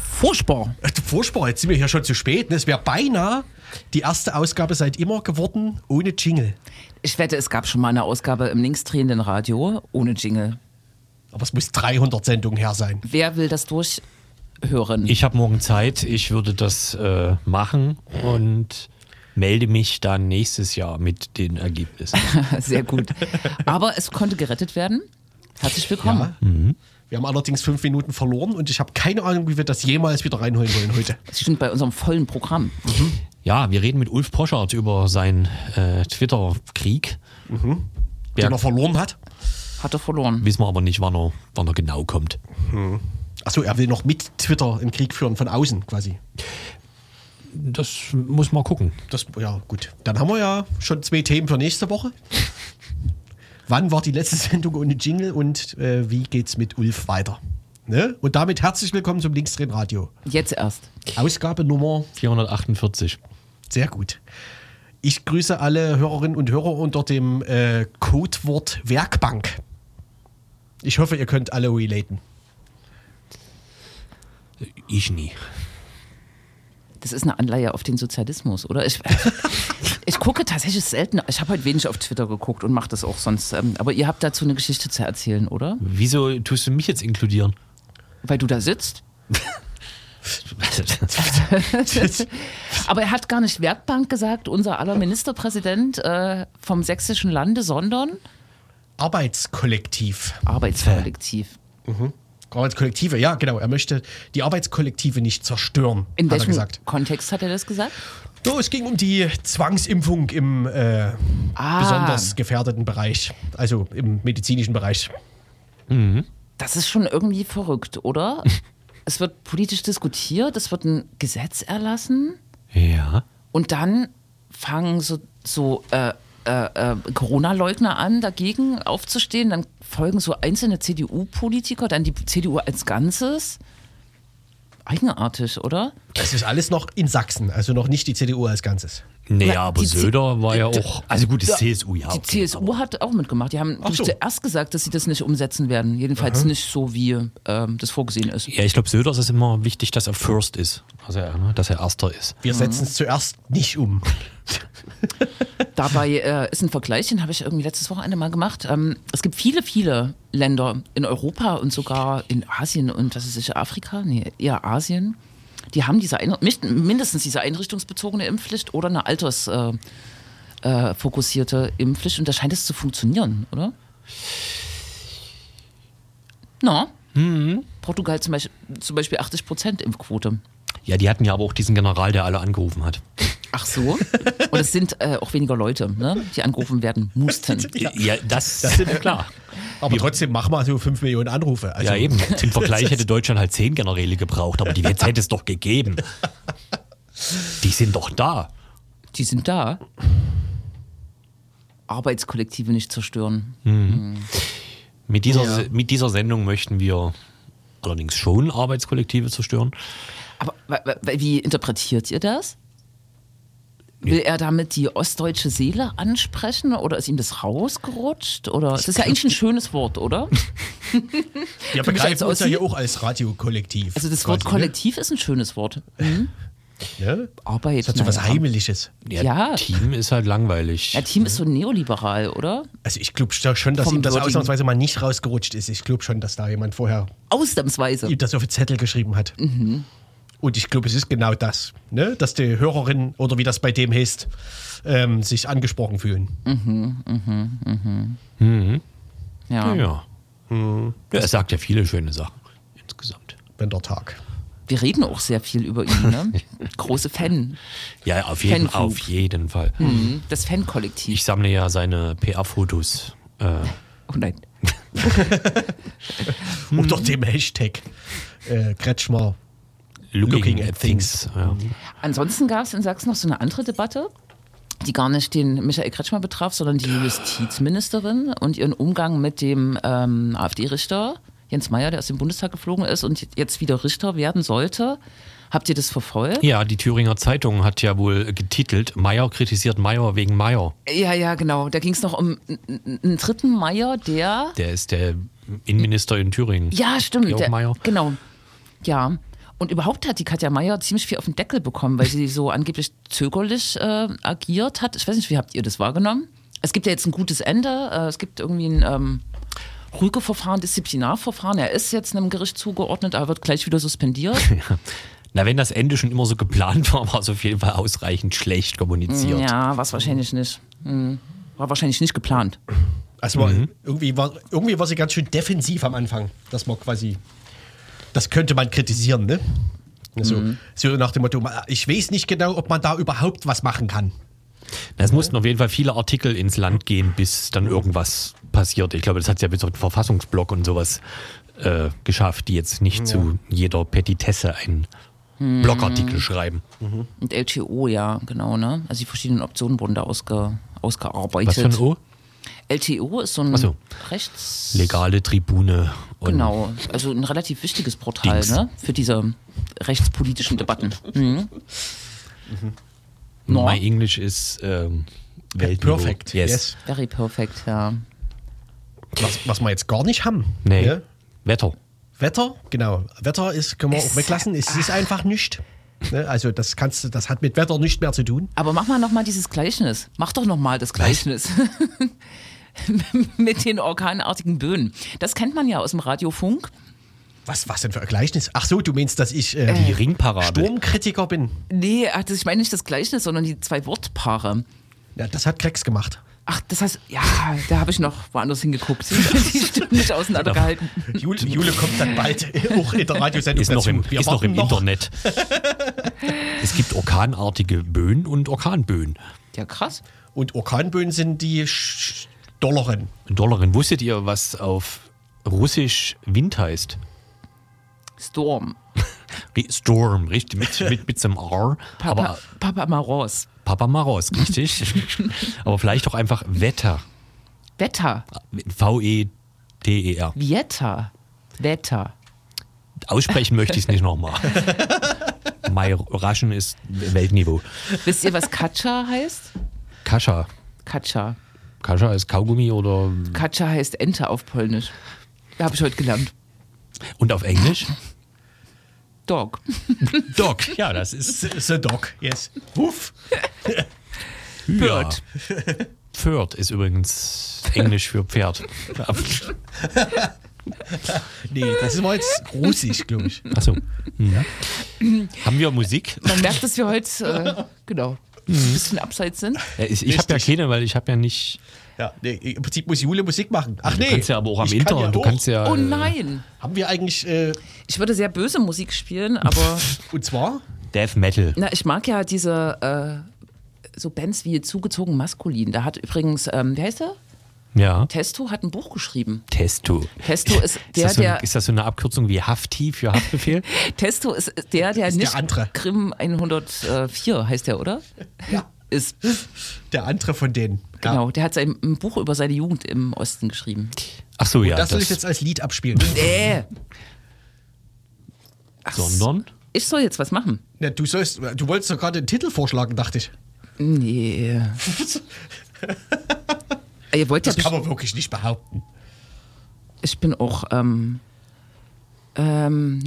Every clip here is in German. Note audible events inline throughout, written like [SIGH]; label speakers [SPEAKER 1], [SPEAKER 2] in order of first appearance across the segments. [SPEAKER 1] Vorspann.
[SPEAKER 2] Furchtbar, Äh, jetzt sind wir hier schon zu spät. ne? Es wäre beinahe die erste Ausgabe seit immer geworden, ohne Jingle.
[SPEAKER 3] Ich wette, es gab schon mal eine Ausgabe im linksdrehenden Radio ohne Jingle.
[SPEAKER 2] Aber es muss 300 Sendungen her sein.
[SPEAKER 3] Wer will das durchhören?
[SPEAKER 4] Ich habe morgen Zeit, ich würde das äh, machen und melde mich dann nächstes Jahr mit
[SPEAKER 3] [LAUGHS]
[SPEAKER 4] den Ergebnissen.
[SPEAKER 3] [LAUGHS] Sehr gut. Aber es konnte gerettet werden. Herzlich willkommen.
[SPEAKER 2] Wir haben allerdings fünf Minuten verloren und ich habe keine Ahnung, wie wir das jemals wieder reinholen wollen heute.
[SPEAKER 3] Sie sind bei unserem vollen Programm.
[SPEAKER 4] Ja, wir reden mit Ulf Poschardt über seinen äh, Twitter-Krieg. Ja.
[SPEAKER 2] Den er verloren hat.
[SPEAKER 3] Hat er verloren.
[SPEAKER 4] Wissen wir aber nicht, wann er, wann er genau kommt.
[SPEAKER 2] Achso, er will noch mit Twitter einen Krieg führen, von außen quasi.
[SPEAKER 4] Das muss man gucken.
[SPEAKER 2] Das, ja, gut. Dann haben wir ja schon zwei Themen für nächste Woche. Wann war die letzte Sendung ohne Jingle und äh, wie geht's mit Ulf weiter? Ne? Und damit herzlich willkommen zum Linksdrehen Radio.
[SPEAKER 3] Jetzt erst.
[SPEAKER 2] Ausgabe Nummer
[SPEAKER 4] 448.
[SPEAKER 2] Sehr gut. Ich grüße alle Hörerinnen und Hörer unter dem äh, Codewort Werkbank. Ich hoffe, ihr könnt alle relaten.
[SPEAKER 4] Ich nie.
[SPEAKER 3] Das ist eine Anleihe auf den Sozialismus, oder? Ich, [LAUGHS] ich gucke tatsächlich selten. Ich habe heute wenig auf Twitter geguckt und mache das auch sonst. ähm, Aber ihr habt dazu eine Geschichte zu erzählen, oder?
[SPEAKER 4] Wieso tust du mich jetzt inkludieren? [LAUGHS]
[SPEAKER 3] Weil du da sitzt. Aber er hat gar nicht Werkbank gesagt, unser aller Ministerpräsident äh, vom sächsischen Lande, sondern
[SPEAKER 2] Arbeitskollektiv.
[SPEAKER 3] Arbeitskollektiv.
[SPEAKER 2] Arbeitskollektive, ja, genau. Er möchte die Arbeitskollektive nicht zerstören,
[SPEAKER 3] In
[SPEAKER 2] hat er
[SPEAKER 3] welchem
[SPEAKER 2] gesagt.
[SPEAKER 3] Kontext hat er das gesagt?
[SPEAKER 2] So, es ging um die Zwangsimpfung im äh,
[SPEAKER 3] Ah.
[SPEAKER 2] besonders gefährdeten Bereich, also im medizinischen Bereich.
[SPEAKER 3] Das ist schon irgendwie verrückt,
[SPEAKER 2] [LAUGHS]
[SPEAKER 3] oder? es wird politisch diskutiert, es wird ein Gesetz erlassen
[SPEAKER 4] Ja.
[SPEAKER 3] und dann fangen so, so äh, äh, äh, Corona-Leugner an, dagegen aufzustehen. Dann folgen so einzelne CDU-Politiker, dann die CDU als Ganzes. Eigenartig, oder?
[SPEAKER 2] Das ist alles noch in Sachsen, also noch nicht die CDU als Ganzes.
[SPEAKER 4] Naja,
[SPEAKER 3] Na,
[SPEAKER 4] aber
[SPEAKER 3] die C-
[SPEAKER 4] Söder war ja
[SPEAKER 3] die-
[SPEAKER 4] auch. Also gut, das
[SPEAKER 3] Ja,
[SPEAKER 4] CSU, ja.
[SPEAKER 3] Die
[SPEAKER 4] okay.
[SPEAKER 3] CSU hat auch mitgemacht. Die haben glaub ich,
[SPEAKER 2] so.
[SPEAKER 3] zuerst gesagt, dass sie das nicht umsetzen werden. Jedenfalls nicht so, wie ähm, das vorgesehen ist.
[SPEAKER 4] Ja, ich glaube, Söder ist es immer wichtig, dass er First ist. Also, ja, ne, dass er Erster ist.
[SPEAKER 3] Mhm.
[SPEAKER 2] Wir setzen es zuerst nicht um.
[SPEAKER 3] Dabei äh, ist ein Vergleich, den habe ich irgendwie letztes Wochenende mal gemacht. Ähm, es gibt viele, viele Länder in Europa und sogar in Asien und das ist sicher Afrika, nee, eher Asien. Die haben diese Einri- mich- mindestens diese einrichtungsbezogene Impfpflicht oder eine altersfokussierte äh, äh, fokussierte Impfpflicht und da scheint es zu funktionieren, oder? Na? Mhm. Portugal zum Beispiel, zum Beispiel 80% Impfquote.
[SPEAKER 4] Ja, die hatten ja aber auch diesen General, der alle angerufen hat.
[SPEAKER 3] Ach so. Und es sind äh, auch weniger Leute, ne, die angerufen werden [LAUGHS]
[SPEAKER 2] [LAUGHS]
[SPEAKER 3] mussten.
[SPEAKER 4] Ja, das, das ist klar.
[SPEAKER 2] Aber trotzdem machen wir so 5 Millionen Anrufe. Also
[SPEAKER 4] [LAUGHS] Ja, [LAUGHS] eben. Im Vergleich hätte Deutschland halt zehn Generäle gebraucht, aber die jetzt hätte es doch gegeben. Die sind doch da.
[SPEAKER 3] die sind da. Arbeitskollektive nicht zerstören.
[SPEAKER 4] Mit dieser,
[SPEAKER 2] Ja.
[SPEAKER 4] mit dieser Sendung möchten wir allerdings schon Arbeitskollektive zerstören.
[SPEAKER 3] Aber wa- wa- wa- wie interpretiert ihr das? Will er damit die ostdeutsche Seele ansprechen oder ist ihm das rausgerutscht? Oder es ist ja eigentlich ein schönes Wort, oder?
[SPEAKER 2] Wir
[SPEAKER 3] mich
[SPEAKER 2] begreifen
[SPEAKER 3] als
[SPEAKER 2] uns ja
[SPEAKER 3] Ossi-
[SPEAKER 2] hier auch als Radiokollektiv.
[SPEAKER 3] halt Also
[SPEAKER 2] [LAUGHS]
[SPEAKER 3] das Wort
[SPEAKER 2] quasi,
[SPEAKER 3] Kollektiv ist ein schönes Wort. Mhm.
[SPEAKER 2] Ne? Ne?
[SPEAKER 3] Arbeit.
[SPEAKER 2] Das hat so was
[SPEAKER 3] naja.
[SPEAKER 2] Heimeliges.
[SPEAKER 3] Ja.
[SPEAKER 4] Team ist halt langweilig.
[SPEAKER 3] Ja,
[SPEAKER 2] ne?
[SPEAKER 3] Team ist so neoliberal, oder?
[SPEAKER 2] Also ich glaube schon, dass
[SPEAKER 3] Vom
[SPEAKER 2] ihm das
[SPEAKER 3] Wording.
[SPEAKER 2] ausnahmsweise mal nicht rausgerutscht ist. Ich glaube schon, dass da jemand vorher
[SPEAKER 3] Ausnahmsweise.
[SPEAKER 2] ihm das auf den Zettel geschrieben hat.
[SPEAKER 3] Mhm.
[SPEAKER 2] Und ich glaube, es ist genau das, ne? dass die Hörerinnen oder wie das bei dem heißt, ähm, sich angesprochen fühlen.
[SPEAKER 3] Ja.
[SPEAKER 4] ja. ja. Er sagt ja viele schöne Sachen insgesamt.
[SPEAKER 2] Wenn der Tag.
[SPEAKER 3] Wir reden auch sehr viel über ihn,
[SPEAKER 2] [LAUGHS]
[SPEAKER 3] ne? Große Fan.
[SPEAKER 4] Ja, auf jeden,
[SPEAKER 3] Fanflug.
[SPEAKER 4] auf jeden Fall.
[SPEAKER 3] Mhm. Das Fan-Kollektiv.
[SPEAKER 4] Ich sammle ja seine PR-Fotos. Äh,
[SPEAKER 3] Oh nein. Mhm.
[SPEAKER 2] Unter dem Hashtag äh, Kretschmer.
[SPEAKER 4] looking,
[SPEAKER 2] Looking
[SPEAKER 4] at,
[SPEAKER 2] at
[SPEAKER 4] things. Hm. Ja.
[SPEAKER 3] Ansonsten gab es in Sachsen noch so eine andere Debatte, die gar nicht den Michael Kretschmer betraf, sondern die Justizministerin und ihren Umgang mit dem ähm, AfD-Richter Jens Meyer, der aus dem Bundestag geflogen ist und jetzt wieder Richter werden sollte. Habt ihr das verfolgt?
[SPEAKER 4] ja, die Thüringer Zeitung hat ja wohl getitelt, Meier kritisiert Meier wegen Meier.
[SPEAKER 3] Ja, ja, genau. Da ging es noch um n- n- einen dritten Meyer, der.
[SPEAKER 4] Der ist der Innenminister in Thüringen.
[SPEAKER 3] Ja, stimmt.
[SPEAKER 4] Georg
[SPEAKER 3] der-
[SPEAKER 4] Meyer.
[SPEAKER 3] Genau. Ja. Und überhaupt hat die Katja Mayer ziemlich viel auf den Deckel bekommen, weil sie so [LAUGHS] angeblich zögerlich äh, agiert hat. Ich weiß nicht, wie habt ihr das wahrgenommen? Es gibt ja jetzt ein gutes Ende. Äh, es gibt irgendwie ein ähm, Rügeverfahren, Disziplinarverfahren. Er ist jetzt einem Gericht zugeordnet, aber wird gleich wieder suspendiert.
[SPEAKER 4] [LAUGHS] Na, wenn das Ende schon immer so geplant war, war es auf jeden Fall ausreichend schlecht kommuniziert.
[SPEAKER 3] Ja, war es wahrscheinlich nicht. Hm. War wahrscheinlich nicht geplant.
[SPEAKER 2] Also war-
[SPEAKER 4] Mhm.
[SPEAKER 2] irgendwie, war, irgendwie war sie ganz schön defensiv am Anfang, dass man quasi. Das könnte man kritisieren, ne? So, so nach dem Motto, ma- ich weiß nicht genau, ob man da überhaupt was machen kann.
[SPEAKER 4] Na, Es mussten auf jeden Fall viele Artikel ins Land gehen, bis dann irgendwas passierte. Ich glaube, das hat ja bis auf den Verfassungsblock und sowas äh, geschafft, die jetzt nicht zu jeder Petitesse einen
[SPEAKER 3] Hm.
[SPEAKER 4] Blogartikel schreiben.
[SPEAKER 3] Und LTO, ja, genau, ne? Also die verschiedenen Optionen wurden da ausge, ausgearbeitet.
[SPEAKER 4] Was für ein O?
[SPEAKER 3] LTO ist so ein
[SPEAKER 4] Ach so.
[SPEAKER 3] Rechts.
[SPEAKER 4] Legale Tribune. Und
[SPEAKER 3] Genau, also ein relativ wichtiges Portal
[SPEAKER 4] Dings.
[SPEAKER 3] ne? für diese rechtspolitischen Debatten. Mhm. No.
[SPEAKER 4] My English is ähm, Weltniveau.
[SPEAKER 2] Perfekt.
[SPEAKER 4] Yes.
[SPEAKER 3] Very perfect, ja.
[SPEAKER 2] Was, was wir jetzt gar nicht haben.
[SPEAKER 4] Nee.
[SPEAKER 2] ne?
[SPEAKER 4] Wetter.
[SPEAKER 2] Wetter, genau. Wetter ist, können wir
[SPEAKER 3] Es-
[SPEAKER 2] auch weglassen. Es ist einfach nicht. Ne? Also das kannst du, das hat mit Wetter nichts mehr zu tun.
[SPEAKER 3] Aber mach mal nochmal dieses Gleichnis. Mach doch nochmal das Gleichnis. [LAUGHS] Mit den orkanartigen Böen. Das kennt man ja aus dem Radiofunk.
[SPEAKER 2] Was, was denn für ein Gleichnis? Ach so, du meinst, dass ich äh,
[SPEAKER 4] Die Ringparabel.
[SPEAKER 2] Sturmkritiker bin.
[SPEAKER 3] Nee, ach, das- ich meine nicht das Gleichnis, sondern die zwei Wortpaare.
[SPEAKER 2] Ja, das hat Klecks gemacht.
[SPEAKER 3] Ach, das heißt, ja, da habe ich noch woanders hingeguckt. [LAUGHS] Die Stimmen nicht auseinandergehalten.
[SPEAKER 2] Jule, Jule kommt dann [LAUGHS] bald auch in der Radiosendung
[SPEAKER 4] Ist noch
[SPEAKER 2] dazu.
[SPEAKER 4] im,
[SPEAKER 2] Wir
[SPEAKER 4] ist noch im
[SPEAKER 2] warten
[SPEAKER 4] Internet. es gibt orkanartige Böen und Orkanböen.
[SPEAKER 3] Ja, krass.
[SPEAKER 2] Und Orkanböen sind die Sch- Dollaren.
[SPEAKER 4] Dollarin, wusstet ihr, was auf Russisch Wind heißt?
[SPEAKER 3] Storm.
[SPEAKER 4] Ri- Storm, richtig, mit, mit, mit so einem R.
[SPEAKER 3] Papa,
[SPEAKER 4] Aber
[SPEAKER 3] Papa Maros.
[SPEAKER 4] Papa Maros, richtig. aber vielleicht auch einfach Wetter. E
[SPEAKER 3] Wetter.
[SPEAKER 4] V-E-T-E-R.
[SPEAKER 3] Vieta. Wetter.
[SPEAKER 4] Aussprechen möchte ich es nicht nochmal. Mai Raschen ist Weltniveau.
[SPEAKER 3] Wisst ihr, was Katscha heißt?
[SPEAKER 4] Kascha.
[SPEAKER 3] Katscha.
[SPEAKER 4] Kascha ist Kaugummi oder.
[SPEAKER 3] Katscha heißt Ente auf Polnisch. Habe ich heute gelernt.
[SPEAKER 4] Und auf Englisch?
[SPEAKER 3] Dog.
[SPEAKER 4] Dog. Ja, das ist.
[SPEAKER 2] The, the Dog, yes. Wuff.
[SPEAKER 3] Bird.
[SPEAKER 4] Pferd ist übrigens Englisch für Pferd.
[SPEAKER 2] Nee, das war jetzt russisch, glaube ich.
[SPEAKER 4] Achso. Ja. Hm. Haben wir Musik?
[SPEAKER 3] Man merkt, dass wir heute äh, genau ein bisschen abseits sind.
[SPEAKER 4] Ja, Äh, Ich, ich habe ja keine, weil ich habe ja nicht.
[SPEAKER 2] Ja, nee, Im Prinzip muss Jule Musik machen. Ach nee.
[SPEAKER 4] Du kannst ja aber auch am
[SPEAKER 2] ich kann
[SPEAKER 4] Inter
[SPEAKER 2] ja
[SPEAKER 4] und du
[SPEAKER 2] auch.
[SPEAKER 4] kannst ja.
[SPEAKER 3] Oh
[SPEAKER 4] äh,
[SPEAKER 3] nein!
[SPEAKER 2] Haben wir eigentlich, äh,
[SPEAKER 3] Ich würde sehr böse Musik spielen, [LAUGHS] aber
[SPEAKER 2] und zwar?
[SPEAKER 4] Death Metal.
[SPEAKER 3] na, ich mag ja diese äh, so Bands wie zugezogen maskulin. Da hat übrigens, ähm, wie heißt er?
[SPEAKER 4] Ja.
[SPEAKER 3] Testo hat ein Buch geschrieben.
[SPEAKER 4] Testo.
[SPEAKER 3] Testo ist der,
[SPEAKER 4] das so,
[SPEAKER 3] der-
[SPEAKER 4] Ist das so eine Abkürzung wie Hafti für Haftbefehl?
[SPEAKER 3] Testo ist der, der
[SPEAKER 2] Ist der
[SPEAKER 3] nicht
[SPEAKER 2] andere.
[SPEAKER 3] Krim 104 heißt der, oder?
[SPEAKER 2] Ja.
[SPEAKER 3] Ist.
[SPEAKER 2] Der andere von denen. Ja.
[SPEAKER 3] Genau, der hat sein ein Buch über seine Jugend im Osten geschrieben.
[SPEAKER 4] Ach so, ja.
[SPEAKER 2] das soll ich jetzt als Lied abspielen.
[SPEAKER 3] Äh,
[SPEAKER 4] sondern?
[SPEAKER 3] ich soll jetzt was machen.
[SPEAKER 2] Na, du sollst, du wolltest doch gerade einen Titel vorschlagen, dachte ich.
[SPEAKER 3] Nee. [LAUGHS] Ihr wollt ja
[SPEAKER 2] Das kann man wirklich nicht behaupten.
[SPEAKER 3] Ich bin auch. Ähm, ähm,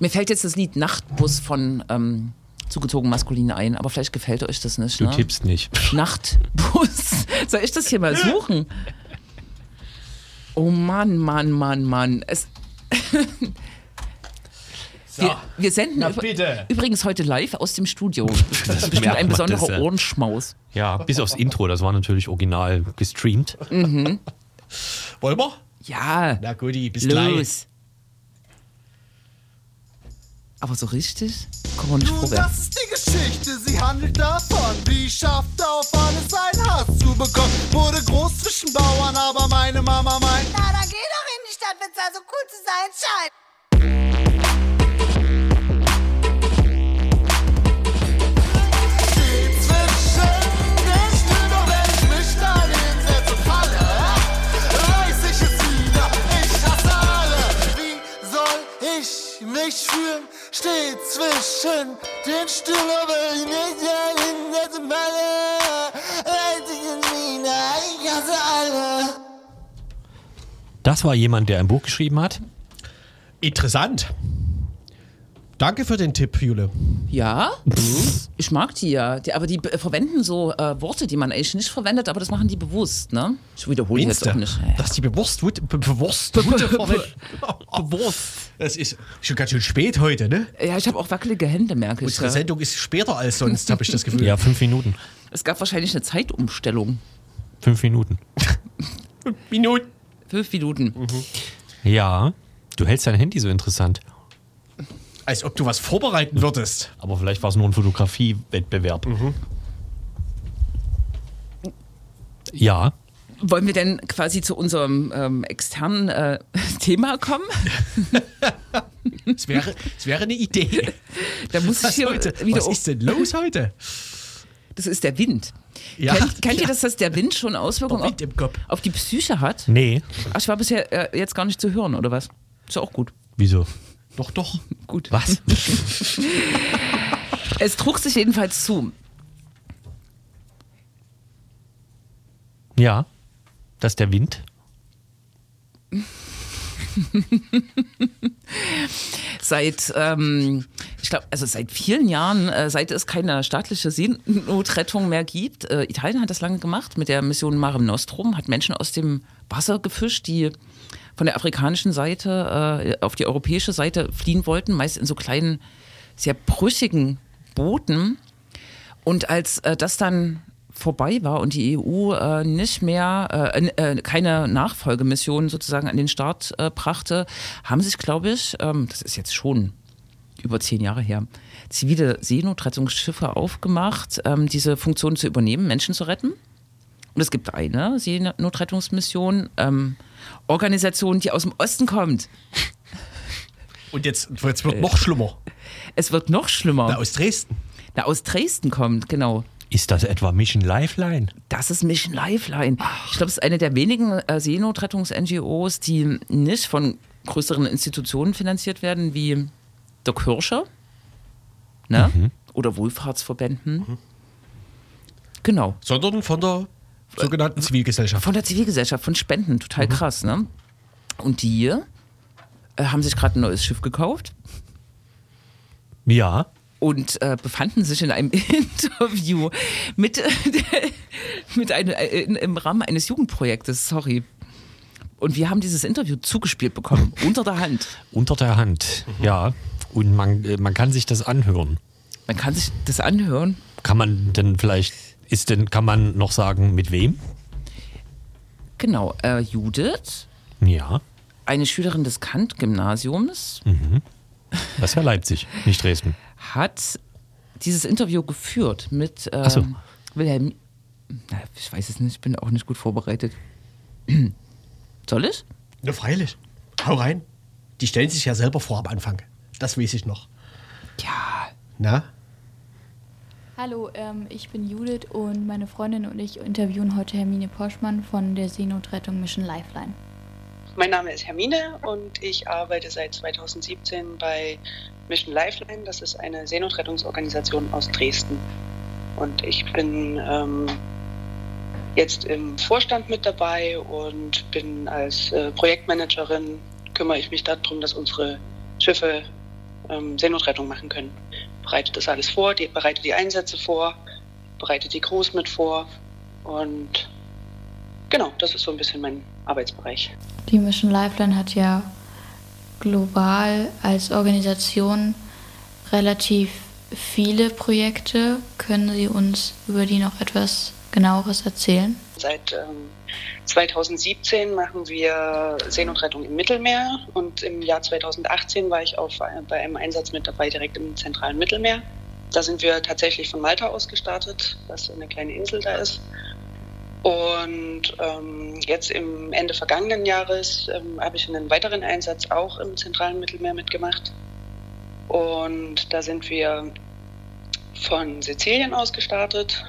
[SPEAKER 3] mir fällt jetzt das Lied Nachtbus von ähm, zugezogen Maskuline ein, aber vielleicht gefällt euch das nicht.
[SPEAKER 4] Du
[SPEAKER 3] Ne?
[SPEAKER 4] tippst nicht.
[SPEAKER 3] Nachtbus. [LAUGHS] Soll ich das hier mal
[SPEAKER 4] [LAUGHS]
[SPEAKER 3] suchen? Oh Mann, Mann, Mann, Mann. Es,
[SPEAKER 2] So.
[SPEAKER 3] wir, wir senden
[SPEAKER 2] Na
[SPEAKER 3] üb-
[SPEAKER 2] bitte.
[SPEAKER 3] übrigens heute live aus dem Studio. Das ist bestimmt
[SPEAKER 4] merkt
[SPEAKER 3] ein
[SPEAKER 4] man,
[SPEAKER 3] besonderer
[SPEAKER 4] das, äh,
[SPEAKER 3] Ohrenschmaus.
[SPEAKER 4] Ja, bis aufs Intro. Das war natürlich original gestreamt.
[SPEAKER 2] Wollen wir?
[SPEAKER 3] Ja,
[SPEAKER 2] Na gut, bis gleich.
[SPEAKER 3] los. Aber so richtig? Komm mal nicht
[SPEAKER 1] Nun,
[SPEAKER 3] vorwärts.
[SPEAKER 1] das ist die Geschichte, sie handelt davon, wie schaffte auf alles einen Hass zu bekommen. Wurde groß zwischen Bauern, aber meine Mama meint,
[SPEAKER 5] Na, dann geh doch in die Stadt, wenn's da so cool zu sein scheint.
[SPEAKER 1] die zwischen den Stühlen, und wenn ich mich dahin setze und falle, reiß ich es wieder, ich hasse alle. Wie soll ich mich fühlen, steht zwischen den Stühlen, und wenn ich mich dahin setze und falle, reiß ich es wieder, ich hasse alle.
[SPEAKER 4] Das war jemand, der ein Buch geschrieben hat.
[SPEAKER 2] Interessant. Danke für den Tipp, Jule.
[SPEAKER 3] Ja, ich mag die ja. Die, aber die be- verwenden so äh, Worte, die man eigentlich nicht verwendet, aber das machen die bewusst, ne? Ich wiederhole jetzt
[SPEAKER 2] Insta.
[SPEAKER 3] auch nicht.
[SPEAKER 2] Dass die bewusst wurde. Be bewusst wurde.
[SPEAKER 3] [LAUGHS]
[SPEAKER 2] bewusst. Das ist schon ganz schön spät heute, ne?
[SPEAKER 3] Ja, ich habe auch wackelige Hände, merke ich.
[SPEAKER 2] Unsere
[SPEAKER 3] Ja.
[SPEAKER 2] Sendung ist später als sonst, habe ich das Gefühl.
[SPEAKER 4] Ja, fünf Minuten.
[SPEAKER 3] Es gab wahrscheinlich eine Zeitumstellung.
[SPEAKER 4] Fünf Minuten.
[SPEAKER 2] Minuten.
[SPEAKER 3] Fünf Minuten.
[SPEAKER 4] Ja, du hältst dein Handy so interessant.
[SPEAKER 2] Als ob du was vorbereiten würdest.
[SPEAKER 4] Aber vielleicht war es nur ein Fotografiewettbewerb. Ja,
[SPEAKER 3] Wollen wir denn quasi zu unserem ähm, externen äh, [LAUGHS] Thema kommen?
[SPEAKER 2] Es wäre, es wäre
[SPEAKER 3] [LAUGHS]
[SPEAKER 2] eine Idee.
[SPEAKER 3] Da muss ich
[SPEAKER 2] Was,
[SPEAKER 3] hier
[SPEAKER 2] heute?
[SPEAKER 3] wieder. oh. um.
[SPEAKER 2] was ist denn los heute?
[SPEAKER 3] das ist der Wind.
[SPEAKER 2] Ja.
[SPEAKER 3] Kennt, kennt ihr das, dass der Wind schon Auswirkungen
[SPEAKER 2] Der Wind im
[SPEAKER 3] auf,
[SPEAKER 2] Kopf.
[SPEAKER 3] auf die Psyche hat?
[SPEAKER 4] nee.
[SPEAKER 3] Ach, ich war bisher äh, jetzt gar nicht zu hören, oder was? Ist ja auch gut.
[SPEAKER 4] Wieso?
[SPEAKER 2] Doch, doch.
[SPEAKER 3] Gut.
[SPEAKER 4] Was?
[SPEAKER 3] Es trug sich jedenfalls zu.
[SPEAKER 4] Ja, dass der Wind.
[SPEAKER 3] Seit, ähm, ich glaube, also seit vielen Jahren, äh, seit es keine staatliche Seenotrettung mehr gibt. Äh, Italien hat das lange gemacht mit der Mission Mare Nostrum, hat Menschen aus dem Wasser gefischt, die von der afrikanischen Seite äh, auf die europäische Seite fliehen wollten, meist in so kleinen, sehr brüchigen Booten. Und als äh, das dann vorbei war und die EU äh, nicht mehr äh, äh, keine Nachfolgemission sozusagen an den Start äh, brachte, haben sich, glaube ich, ähm, das ist jetzt schon über zehn Jahre her, zivile Seenotrettungsschiffe aufgemacht, ähm, diese Funktion zu übernehmen, Menschen zu retten. Und es gibt eine Seenotrettungsmission, ähm, Organisation, die aus dem Osten kommt.
[SPEAKER 2] Und jetzt, jetzt wird noch schlimmer.
[SPEAKER 3] Es wird noch schlimmer.
[SPEAKER 2] Na, aus Dresden.
[SPEAKER 3] Na, aus Dresden kommt, genau.
[SPEAKER 4] Ist das etwa Mission Lifeline?
[SPEAKER 3] Das ist Mission Lifeline. Ich glaube, es ist eine der wenigen äh, Seenotrettungs-NGOs, die nicht von größeren Institutionen finanziert werden, wie Doc Hirscher ne? oder Wohlfahrtsverbänden. Genau.
[SPEAKER 2] Sondern von der sogenannten Zivilgesellschaft.
[SPEAKER 3] Von der Zivilgesellschaft, von Spenden. Total krass, ne? Und die äh, haben sich gerade ein neues Schiff gekauft.
[SPEAKER 4] Ja.
[SPEAKER 3] und äh, befanden sich in einem [LAUGHS] Interview mit, [LAUGHS] äh, mit einem, äh, in, im Rahmen eines Jugendprojektes, sorry. Und wir haben dieses Interview zugespielt bekommen, unter der Hand.
[SPEAKER 4] Unter der Hand. Ja. Und man, äh, man kann sich das anhören.
[SPEAKER 3] Man kann sich das anhören.
[SPEAKER 4] Kann man denn vielleicht, ist denn, kann man noch sagen, mit wem?
[SPEAKER 3] Genau, äh, Judith,
[SPEAKER 4] Ja.
[SPEAKER 3] eine Schülerin des Kant-Gymnasiums,
[SPEAKER 4] Das wäre Leipzig, nicht Dresden.
[SPEAKER 3] hat dieses Interview geführt mit äh,
[SPEAKER 4] so.
[SPEAKER 3] Wilhelm. Na, ich weiß es nicht, ich bin auch nicht gut vorbereitet. [CLEARS THROAT] Soll ich?
[SPEAKER 2] Na, freilich. Hau rein. Die stellen sich ja selber vor am Anfang. Das weiß ich noch.
[SPEAKER 3] Ja.
[SPEAKER 2] Na?
[SPEAKER 6] Hallo, ähm, ich bin Judith und meine Freundin und ich interviewen heute Hermine Porschmann von der Seenotrettung Mission Lifeline.
[SPEAKER 7] Mein Name ist Hermine und ich arbeite seit 2017 bei Mission Lifeline. Das ist eine Seenotrettungsorganisation aus Dresden. Und ich bin ähm, jetzt im Vorstand mit dabei und bin als äh, Projektmanagerin, kümmere ich mich darum, dass unsere Schiffe ähm, Seenotrettung machen können. Bereite das alles vor, die, bereite die Einsätze vor, bereite die Crews mit vor. Und genau, das ist so ein bisschen mein Arbeitsbereich.
[SPEAKER 6] Die Mission Lifeline hat ja global als Organisation relativ viele Projekte. Können Sie uns über die noch etwas genaueres erzählen?
[SPEAKER 7] Seit ähm, 2017 machen wir Seenotrettung im Mittelmeer und im Jahr 2018 war ich auf, äh, bei einem Einsatz mit dabei direkt im zentralen Mittelmeer. Da sind wir tatsächlich von Malta aus gestartet, was eine kleine Insel da ist. Und ähm, jetzt im Ende vergangenen Jahres ähm, habe ich einen weiteren Einsatz auch im zentralen Mittelmeer mitgemacht. Und da sind wir von Sizilien aus gestartet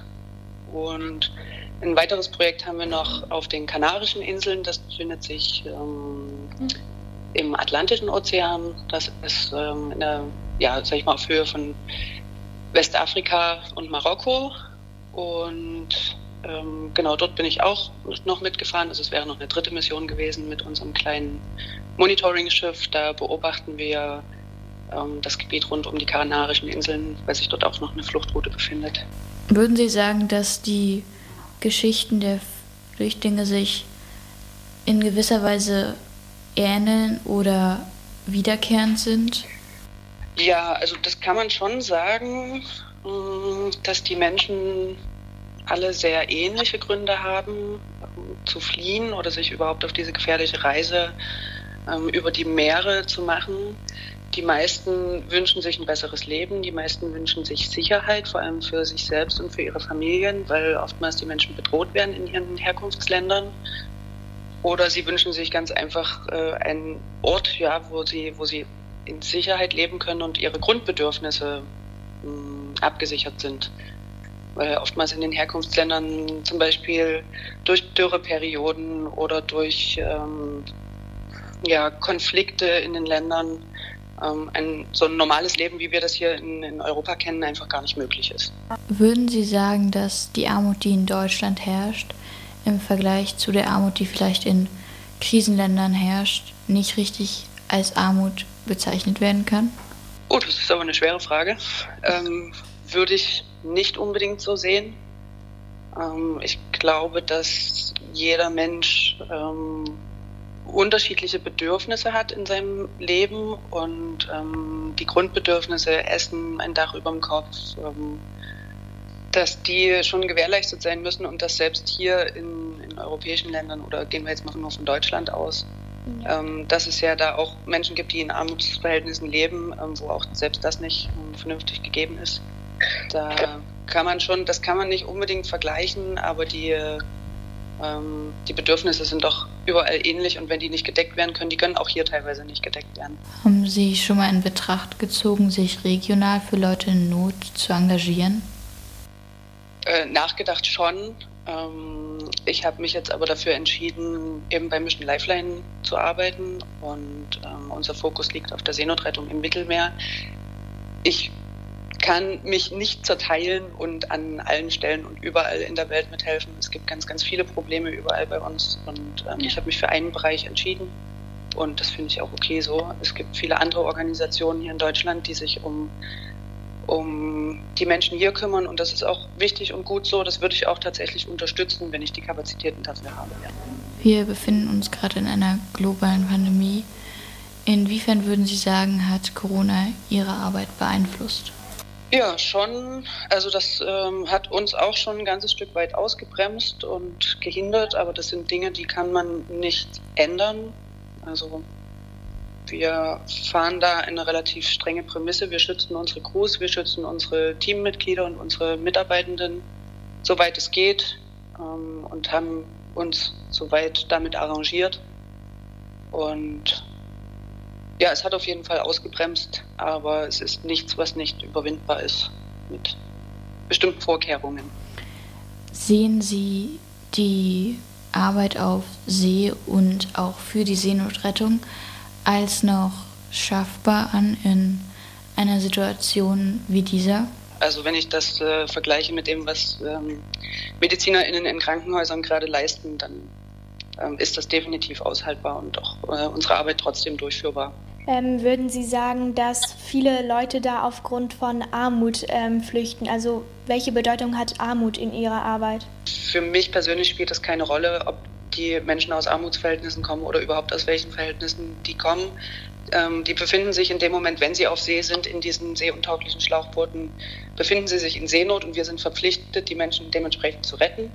[SPEAKER 7] und ein weiteres Projekt haben wir noch auf den Kanarischen Inseln. Das befindet sich ähm, im Atlantischen Ozean. Das ist ähm, in der, ja, sag ich mal, auf Höhe von Westafrika und Marokko. Und ähm, genau dort bin ich auch noch mitgefahren. Also es wäre noch eine dritte Mission gewesen mit unserem kleinen Monitoring-Schiff. Da beobachten wir ähm, das Gebiet rund um die Kanarischen Inseln, weil sich dort auch noch eine Fluchtroute befindet.
[SPEAKER 6] Würden Sie sagen, dass die Geschichten der Flüchtlinge sich in gewisser Weise ähneln oder wiederkehrend sind?
[SPEAKER 7] Ja, also das kann man schon sagen, mh, dass die Menschen alle sehr ähnliche Gründe haben, ähm, zu fliehen oder sich überhaupt auf diese gefährliche Reise ähm, über die Meere zu machen. Die meisten wünschen sich ein besseres Leben, die meisten wünschen sich Sicherheit, vor allem für sich selbst und für ihre Familien, weil oftmals die Menschen bedroht werden in ihren Herkunftsländern. Oder sie wünschen sich ganz einfach äh, einen Ort, ja, wo sie, wo sie in Sicherheit leben können und ihre Grundbedürfnisse mh, abgesichert sind. Weil oftmals in den Herkunftsländern zum Beispiel durch Dürreperioden oder durch ähm, ja, Konflikte in den Ländern ähm, ein, so ein normales Leben, wie wir das hier in, in Europa kennen, einfach gar nicht möglich ist.
[SPEAKER 6] Würden Sie sagen, dass die Armut, die in Deutschland herrscht, im Vergleich zu der Armut, die vielleicht in Krisenländern herrscht, nicht richtig als Armut bezeichnet werden kann?
[SPEAKER 7] Oh, das ist aber eine schwere Frage. Ähm, würde ich nicht unbedingt so sehen. Ähm, ich glaube, dass jeder Mensch ähm, unterschiedliche Bedürfnisse hat in seinem Leben und ähm, die Grundbedürfnisse, Essen, ein Dach über dem Kopf, ähm, dass die schon gewährleistet sein müssen und dass selbst hier in, in europäischen Ländern oder gehen wir jetzt mal nur von Deutschland aus, ähm, dass es ja da auch Menschen gibt, die in Armutsverhältnissen leben, ähm, wo auch selbst das nicht ähm, vernünftig gegeben ist. Da kann man schon, das kann man nicht unbedingt vergleichen, aber die, ähm, die Bedürfnisse sind doch überall ähnlich und wenn die nicht gedeckt werden können, die können auch hier teilweise nicht gedeckt werden.
[SPEAKER 6] Haben Sie schon mal in Betracht gezogen, sich regional für Leute in Not zu engagieren?
[SPEAKER 7] Äh, nachgedacht schon. Ähm, ich habe mich jetzt aber dafür entschieden, eben bei Mission Lifeline zu arbeiten und ähm, unser Fokus liegt auf der Seenotrettung im Mittelmeer. Ich kann mich nicht zerteilen und an allen Stellen und überall in der Welt mithelfen. Es gibt ganz, ganz viele Probleme überall bei uns und ähm, ich habe mich für einen Bereich entschieden und das finde ich auch okay so. Es gibt viele andere Organisationen hier in Deutschland, die sich um um die Menschen hier kümmern und das ist auch wichtig und gut so. Das würde ich auch tatsächlich unterstützen, wenn ich die Kapazitäten dafür habe. Ja.
[SPEAKER 6] Wir befinden uns gerade in einer globalen Pandemie. Inwiefern würden Sie sagen, hat Corona Ihre Arbeit beeinflusst?
[SPEAKER 7] Ja, schon. Also das ähm, hat uns auch schon ein ganzes Stück weit ausgebremst und gehindert, aber das sind Dinge, die kann man nicht ändern. Also wir fahren da eine relativ strenge Prämisse. Wir schützen unsere Crews, wir schützen unsere Teammitglieder und unsere Mitarbeitenden, soweit es geht, ähm, und haben uns soweit damit arrangiert. Und ja, es hat auf jeden Fall ausgebremst, aber es ist nichts, was nicht überwindbar ist mit bestimmten Vorkehrungen.
[SPEAKER 6] Sehen Sie die Arbeit auf See und auch für die Seenotrettung als noch schaffbar an in einer Situation wie dieser?
[SPEAKER 7] Also wenn ich das äh, vergleiche mit dem, was ähm, MedizinerInnen in Krankenhäusern gerade leisten, dann ähm, ist das definitiv aushaltbar und auch äh, unsere Arbeit trotzdem durchführbar.
[SPEAKER 8] Ähm, würden Sie sagen, dass viele Leute da aufgrund von Armut ähm, flüchten? Also welche Bedeutung hat Armut in Ihrer Arbeit?
[SPEAKER 7] Für mich persönlich spielt das keine Rolle, ob die Menschen aus Armutsverhältnissen kommen oder überhaupt aus welchen Verhältnissen die kommen. Ähm, die befinden sich in dem Moment, wenn sie auf See sind, in diesen seeuntauglichen Schlauchbooten, befinden sie sich in Seenot und wir sind verpflichtet, die Menschen dementsprechend zu retten.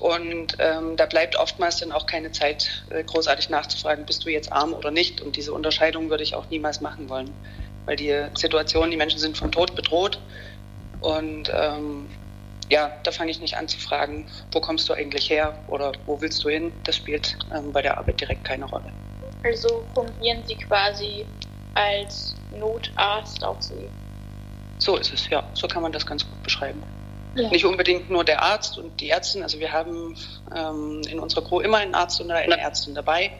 [SPEAKER 7] Und ähm, da bleibt oftmals dann auch keine Zeit, äh, großartig nachzufragen, bist du jetzt arm oder nicht. Und diese Unterscheidung würde ich auch niemals machen wollen, weil die Situation, die Menschen sind vom Tod bedroht. Und ähm, ja, da fange ich nicht an zu fragen, wo kommst du eigentlich her oder wo willst du hin. Das spielt ähm, bei der Arbeit direkt keine Rolle.
[SPEAKER 9] Also fungieren sie quasi als Notarzt auf See.
[SPEAKER 7] So ist es, ja. So kann man das ganz gut beschreiben.
[SPEAKER 9] Ja.
[SPEAKER 7] Nicht unbedingt nur der Arzt und die Ärztin. Also wir haben ähm, in unserer Crew immer einen Arzt oder eine Ärztin dabei.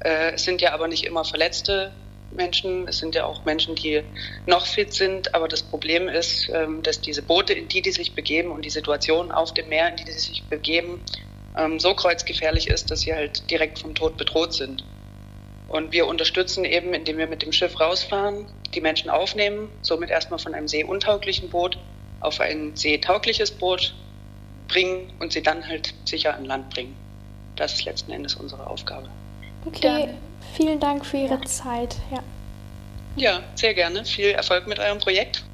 [SPEAKER 7] Äh, es sind ja aber nicht immer verletzte Menschen. Es sind ja auch Menschen, die noch fit sind. Aber das Problem ist, ähm, dass diese Boote, in die die sich begeben und die Situation auf dem Meer, in die die sich begeben, ähm, so kreuzgefährlich ist, dass sie halt direkt vom Tod bedroht sind. Und wir unterstützen eben, indem wir mit dem Schiff rausfahren, die Menschen aufnehmen, somit erstmal von einem seeuntauglichen Boot auf ein seetaugliches Boot bringen und sie dann halt sicher an Land bringen. Das ist letzten Endes unsere Aufgabe.
[SPEAKER 8] Okay, vielen Dank für Ihre Zeit. Ja.
[SPEAKER 7] Ja, sehr gerne. Viel Erfolg mit eurem Projekt.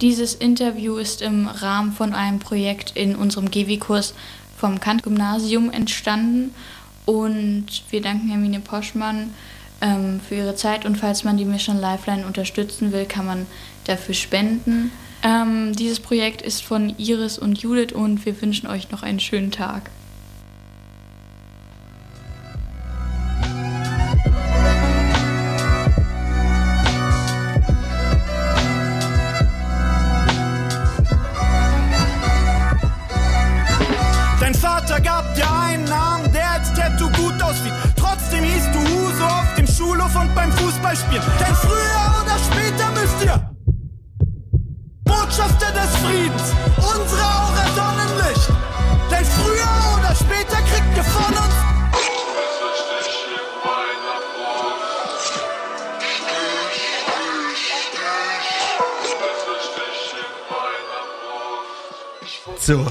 [SPEAKER 6] Dieses Interview ist im Rahmen von einem Projekt in unserem GW-Kurs vom Kant-Gymnasium entstanden. Und wir danken Hermine Poschmann ähm, für ihre Zeit. Und falls man die Mission Lifeline unterstützen will, kann man dafür spenden. Ähm, dieses Projekt ist von Iris und Judith und wir wünschen euch noch einen schönen Tag.
[SPEAKER 1] Dein Vater gab dir einen Namen, der als Tattoo gut aussieht. Trotzdem hieß du Huso auf dem Schulhof und beim Fußballspielen. Denn früher oder später müsst ihr Botschafter des Friedens, unsere Aura Sonnenlicht. Denn früher oder später kriegt ihr von uns
[SPEAKER 2] So,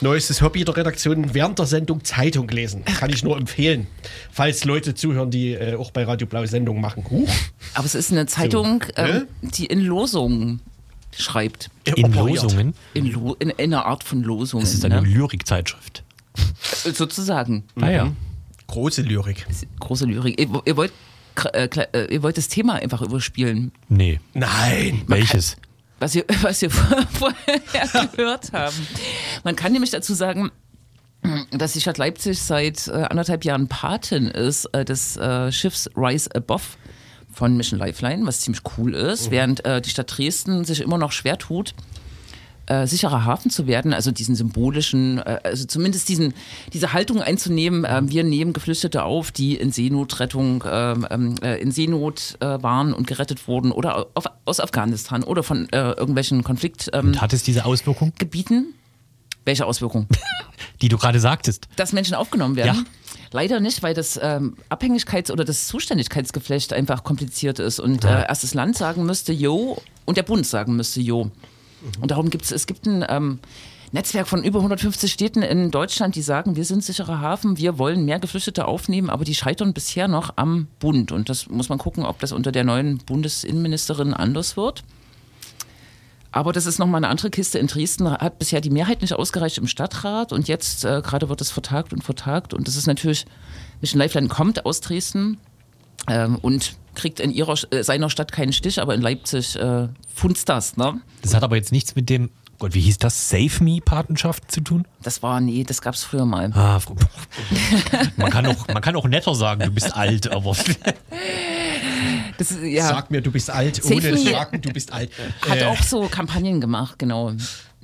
[SPEAKER 2] neuestes Hobby der Redaktion während der Sendung Zeitung lesen. Kann ich nur empfehlen, falls Leute zuhören, die äh, auch bei Radio Blau Sendungen machen. Huch.
[SPEAKER 3] Aber es ist eine Zeitung, ähm,
[SPEAKER 2] ne?
[SPEAKER 3] die in Losungen schreibt.
[SPEAKER 4] In
[SPEAKER 2] Operiert.
[SPEAKER 4] Losungen.
[SPEAKER 3] In, Lo in, in einer Art von Losungen.
[SPEAKER 4] Das ist eine
[SPEAKER 3] ne? Äh,
[SPEAKER 4] Lyrikzeitschrift.
[SPEAKER 3] Sozusagen.
[SPEAKER 4] Naja.
[SPEAKER 2] Große Lyrik.
[SPEAKER 3] Große Lyrik. Ihr, ihr, wollt, kr- äh, kle- äh, ihr wollt das Thema einfach überspielen,
[SPEAKER 4] Nee.
[SPEAKER 2] Nein.
[SPEAKER 4] Welches?
[SPEAKER 3] was wir, [LAUGHS] was wir vor- vorher gehört haben. Man kann nämlich dazu sagen, dass die Stadt Leipzig seit äh, anderthalb Jahren Patin ist äh, des äh, Schiffs Rise Above von Mission Lifeline, was ziemlich cool ist, während äh, die Stadt Dresden sich immer noch schwer tut, äh, sicherer Hafen zu werden, also diesen symbolischen, äh, also zumindest diesen, diese Haltung einzunehmen, ähm, wir nehmen Geflüchtete auf, die in Seenotrettung, ähm, ähm, äh, in Seenot äh, waren und gerettet wurden oder auf, aus Afghanistan oder von äh, irgendwelchen Konfliktgebieten. Ähm,
[SPEAKER 4] Und hat es diese Auswirkung,
[SPEAKER 3] Gebieten? Welche Auswirkungen?
[SPEAKER 4] die du gerade sagtest?
[SPEAKER 3] dass Menschen aufgenommen werden?
[SPEAKER 4] Ja.
[SPEAKER 3] Leider nicht, weil das ähm, Abhängigkeits- oder das Zuständigkeitsgeflecht einfach kompliziert ist und äh, erst das Land sagen müsste, jo, und der Bund sagen müsste, jo. Und darum gibt es, es gibt ein ähm, Netzwerk von über 150 Städten in Deutschland, die sagen, wir sind sicherer Hafen, wir wollen mehr Geflüchtete aufnehmen, aber die scheitern bisher noch am Bund. Und das muss man gucken, ob das unter der neuen Bundesinnenministerin anders wird. Aber das ist nochmal eine andere Kiste. In Dresden hat bisher die Mehrheit nicht ausgereicht im Stadtrat und jetzt äh, gerade wird es vertagt und vertagt. Und das ist natürlich, Mission Lifeline kommt aus Dresden ähm, und kriegt in ihrer, äh, seiner Stadt keinen Stich, aber in Leipzig äh, funzt das. Ne?
[SPEAKER 4] Das hat aber jetzt nichts mit dem, Gott, wie hieß das? Save Me-Patenschaft zu tun?
[SPEAKER 3] Das war, nee, das gab es früher mal.
[SPEAKER 4] Ah, Frau-
[SPEAKER 3] [LAUGHS]
[SPEAKER 4] man, kann auch, man kann auch netter sagen, du bist
[SPEAKER 3] [LAUGHS]
[SPEAKER 4] alt, aber
[SPEAKER 3] Das, ist- ja,
[SPEAKER 2] Sag äh. mir, du bist alt,
[SPEAKER 3] Save
[SPEAKER 2] ohne
[SPEAKER 3] me.
[SPEAKER 2] sagen, du bist alt.
[SPEAKER 3] hat auch so Kampagnen gemacht, genau,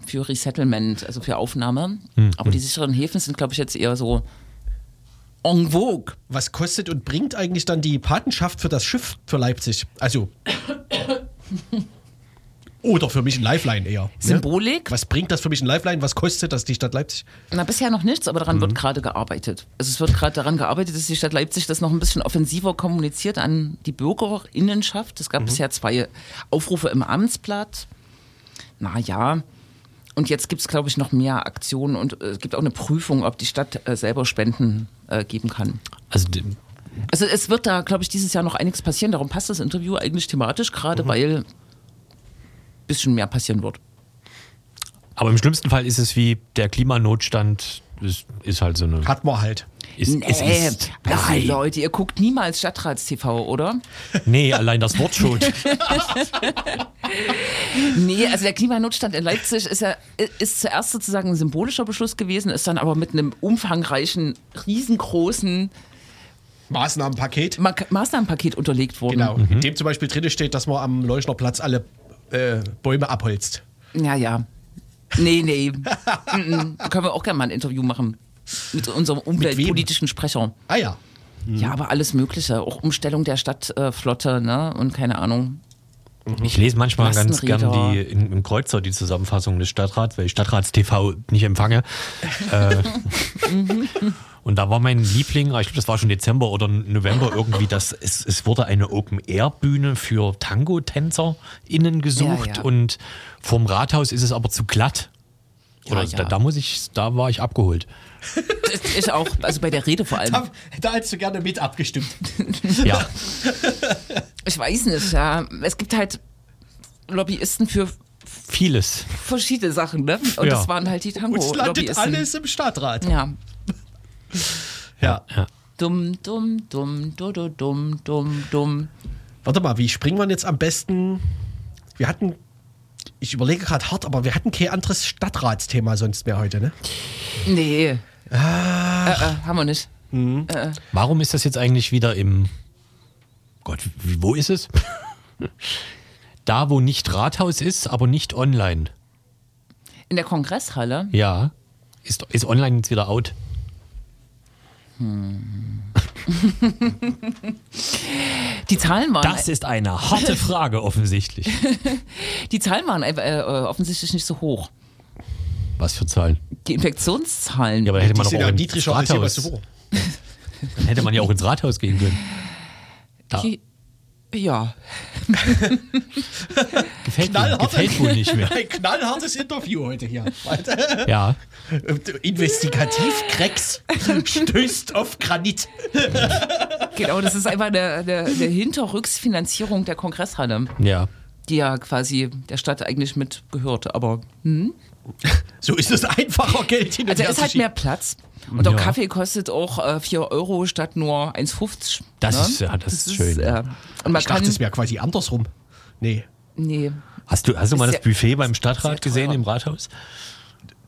[SPEAKER 3] für Resettlement, also für Aufnahme.
[SPEAKER 2] Hm,
[SPEAKER 3] Aber die sicheren Häfen sind, glaube ich, jetzt eher so en vogue.
[SPEAKER 2] Was kostet und bringt eigentlich dann die Patenschaft für das Schiff für Leipzig? Also. Oder für mich ein Lifeline eher. ne?
[SPEAKER 3] Symbolik?
[SPEAKER 2] Was bringt das für mich ein Lifeline? Was kostet das die Stadt Leipzig?
[SPEAKER 3] Na, bisher noch nichts, aber daran
[SPEAKER 4] Mhm.
[SPEAKER 3] wird gerade gearbeitet. Also es wird gerade daran gearbeitet, dass die Stadt Leipzig das noch ein bisschen offensiver kommuniziert an die Bürgerinnenschaft. Es
[SPEAKER 4] Mhm.
[SPEAKER 3] gab bisher zwei Aufrufe im Amtsblatt. Na ja. Und jetzt gibt es, glaube ich, noch mehr Aktionen und äh, es gibt auch eine Prüfung, ob die Stadt äh, selber Spenden äh, geben kann.
[SPEAKER 4] Also, d-
[SPEAKER 3] Also es wird da, glaube ich, dieses Jahr noch einiges passieren. Darum passt das Interview eigentlich thematisch
[SPEAKER 4] Mhm.
[SPEAKER 3] gerade, weil ein bisschen mehr passieren wird.
[SPEAKER 4] aber im schlimmsten Fall ist es wie der Klimanotstand, ist, ist halt so eine.
[SPEAKER 2] Hat man halt.
[SPEAKER 4] Ist, es
[SPEAKER 3] Nee.
[SPEAKER 4] ist.
[SPEAKER 3] Nein, Leute, ihr guckt niemals Stadtratstv, oder?
[SPEAKER 4] Nee, allein das Wort schon.
[SPEAKER 3] Nee, also der Klimanotstand in Leipzig ist ja ist zuerst sozusagen ein symbolischer Beschluss gewesen, ist dann aber mit einem umfangreichen, riesengroßen
[SPEAKER 2] Maßnahmenpaket.
[SPEAKER 3] Ma Maßnahmenpaket unterlegt worden.
[SPEAKER 2] Genau. In dem zum Beispiel drin steht, dass man am Leuchner Platz alle äh, Bäume abholzt.
[SPEAKER 3] Ja, ja. Nee, nee. Mhm. Da können wir auch gerne mal ein Interview machen. Mit unserem umweltpolitischen Sprecher.
[SPEAKER 2] Ah ja.
[SPEAKER 3] Mhm. Ja, aber alles Mögliche. Auch Umstellung der Stadtflotte, ne? Und keine Ahnung.
[SPEAKER 4] Ich lese manchmal ganz gern
[SPEAKER 3] Lastenräder.
[SPEAKER 4] die in, im Kreuzer die Zusammenfassung des Stadtrats, weil ich Stadtrats TV nicht empfange. äh, [LAUGHS] Und da war mein Liebling, ich glaube, das war schon Dezember oder November irgendwie, dass es, es wurde eine Open-Air-Bühne für Tango-TänzerInnen gesucht
[SPEAKER 3] Ja, ja.
[SPEAKER 4] und vorm Rathaus ist es aber zu glatt. Oder
[SPEAKER 3] ja.
[SPEAKER 4] Da, da muss ich, da war ich abgeholt.
[SPEAKER 3] Ich auch, also bei der Rede vor allem.
[SPEAKER 2] Da, da hättest du gerne mit abgestimmt.
[SPEAKER 3] [LAUGHS]
[SPEAKER 4] Ja.
[SPEAKER 3] Ich weiß nicht, ja. Es gibt halt Lobbyisten für
[SPEAKER 4] Vieles.
[SPEAKER 3] verschiedene Sachen, ne? Und
[SPEAKER 4] Ja.
[SPEAKER 3] das waren halt die
[SPEAKER 2] Und es landet
[SPEAKER 3] Tango-Lobbyisten.
[SPEAKER 2] alles im Stadtrat.
[SPEAKER 3] Ja.
[SPEAKER 2] Ja.
[SPEAKER 3] Dumm, dumm, dumm, dodo, dumm, dumm, dumm.
[SPEAKER 2] Warte mal, wie springen wir denn jetzt am besten? Wir hatten, ich überlege gerade hart, aber wir hatten kein anderes Stadtratsthema sonst mehr heute, ne?
[SPEAKER 3] Nee.
[SPEAKER 4] Ah.
[SPEAKER 3] Äh, äh, haben wir nicht.
[SPEAKER 4] Warum ist das jetzt eigentlich wieder im. Gott, wie- wo [LAUGHS] ist es? da, wo nicht Rathaus ist, aber nicht online.
[SPEAKER 3] In der Kongresshalle.
[SPEAKER 4] Ja. Ist, ist online jetzt wieder out?
[SPEAKER 3] Die Zahlen waren,
[SPEAKER 4] Das ist eine [LAUGHS] harte Frage offensichtlich.
[SPEAKER 3] die Zahlen waren äh, äh, offensichtlich nicht so hoch.
[SPEAKER 4] Was für Zahlen?
[SPEAKER 3] Die Infektionszahlen.
[SPEAKER 4] Ja, aber dann hätte man
[SPEAKER 2] Die
[SPEAKER 4] doch
[SPEAKER 2] sind ja niedriger
[SPEAKER 4] auch ins
[SPEAKER 2] als
[SPEAKER 4] Rathaus,
[SPEAKER 2] jeweils zuvor.
[SPEAKER 4] dann hätte man ja auch ins Rathaus gehen können. Da
[SPEAKER 3] Die- ja.
[SPEAKER 4] gefällt, wohl- gefällt wohl nicht
[SPEAKER 2] [LAUGHS]
[SPEAKER 4] mehr.
[SPEAKER 2] Ein knallhartes Interview heute hier.
[SPEAKER 4] Ja.
[SPEAKER 2] Investigativ Krex stößt auf Granit.
[SPEAKER 3] Genau, das ist einfach eine, eine, eine Hinterrücksfinanzierung der Kongresshalle,
[SPEAKER 4] Ja.
[SPEAKER 3] die ja quasi der Stadt eigentlich mit gehört. Aber
[SPEAKER 2] So ist es einfacher, Geld hin und
[SPEAKER 3] also
[SPEAKER 2] her
[SPEAKER 3] es ist
[SPEAKER 2] zu
[SPEAKER 3] halt mehr
[SPEAKER 2] schieben.
[SPEAKER 3] Platz. Und der
[SPEAKER 4] Ja.
[SPEAKER 3] Kaffee kostet auch äh, 4 Euro statt nur 1,50.
[SPEAKER 4] Das
[SPEAKER 3] ne?
[SPEAKER 4] ist- ja, das ist schön.
[SPEAKER 3] äh, und man
[SPEAKER 2] Ich
[SPEAKER 3] kann,
[SPEAKER 2] dachte, es wäre quasi andersrum. Nee.
[SPEAKER 3] nee,
[SPEAKER 4] Hast du, hast du mal
[SPEAKER 3] Ist
[SPEAKER 4] das
[SPEAKER 3] sehr-
[SPEAKER 4] Buffet beim
[SPEAKER 3] sehr
[SPEAKER 4] Stadtrat
[SPEAKER 3] teuer.
[SPEAKER 4] gesehen im Rathaus?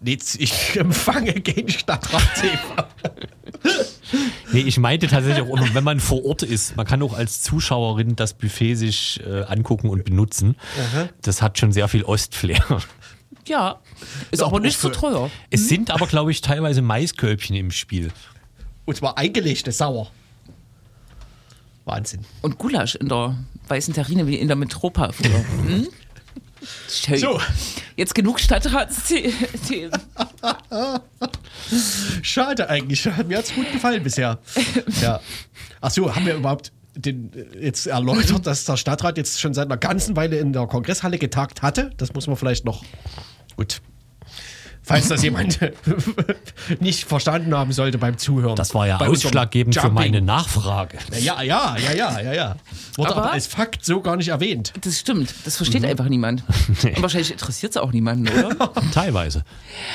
[SPEAKER 2] nee ich empfange kein Stadtrat-Thema.
[SPEAKER 4] Nee, ich meinte tatsächlich auch, immer, wenn man vor Ort ist, man kann auch als Zuschauerin das Buffet sich äh, angucken und benutzen. Das hat schon sehr viel Ostflair.
[SPEAKER 3] ja, ist
[SPEAKER 2] Doch,
[SPEAKER 3] aber nicht so
[SPEAKER 2] für-
[SPEAKER 3] teuer.
[SPEAKER 2] Hm.
[SPEAKER 4] Es sind aber, glaube ich, teilweise Maiskölbchen im Spiel.
[SPEAKER 2] Und zwar eingelegte, sauer. Wahnsinn.
[SPEAKER 3] Und Gulasch in der weißen Terrine wie in der Metropa früher. Hm? Schön.
[SPEAKER 2] So.
[SPEAKER 3] Jetzt genug [LAUGHS] Stadtratsthemen.
[SPEAKER 2] Schade eigentlich. Hat mir hat's gut gefallen
[SPEAKER 4] [LAUGHS]
[SPEAKER 2] bisher. Ja. Ach so, haben wir überhaupt den äh, jetzt erläutert, dass der Stadtrat jetzt schon seit einer ganzen Weile in der Kongresshalle getagt hatte? Das muss man vielleicht noch. Gut. Falls das jemand [LAUGHS] nicht verstanden haben sollte beim Zuhören.
[SPEAKER 4] Das war ja
[SPEAKER 2] Bei unserem
[SPEAKER 4] ausschlaggebend für
[SPEAKER 2] Jumping.
[SPEAKER 4] meine Nachfrage.
[SPEAKER 2] Ja, ja, ja, ja, ja, ja. Wurde aber,
[SPEAKER 3] Aber-
[SPEAKER 2] als Fakt so gar nicht erwähnt.
[SPEAKER 3] Das stimmt, das versteht einfach [LAUGHS] niemand. Und wahrscheinlich interessiert es auch niemanden, [LAUGHS] oder?
[SPEAKER 4] Teilweise.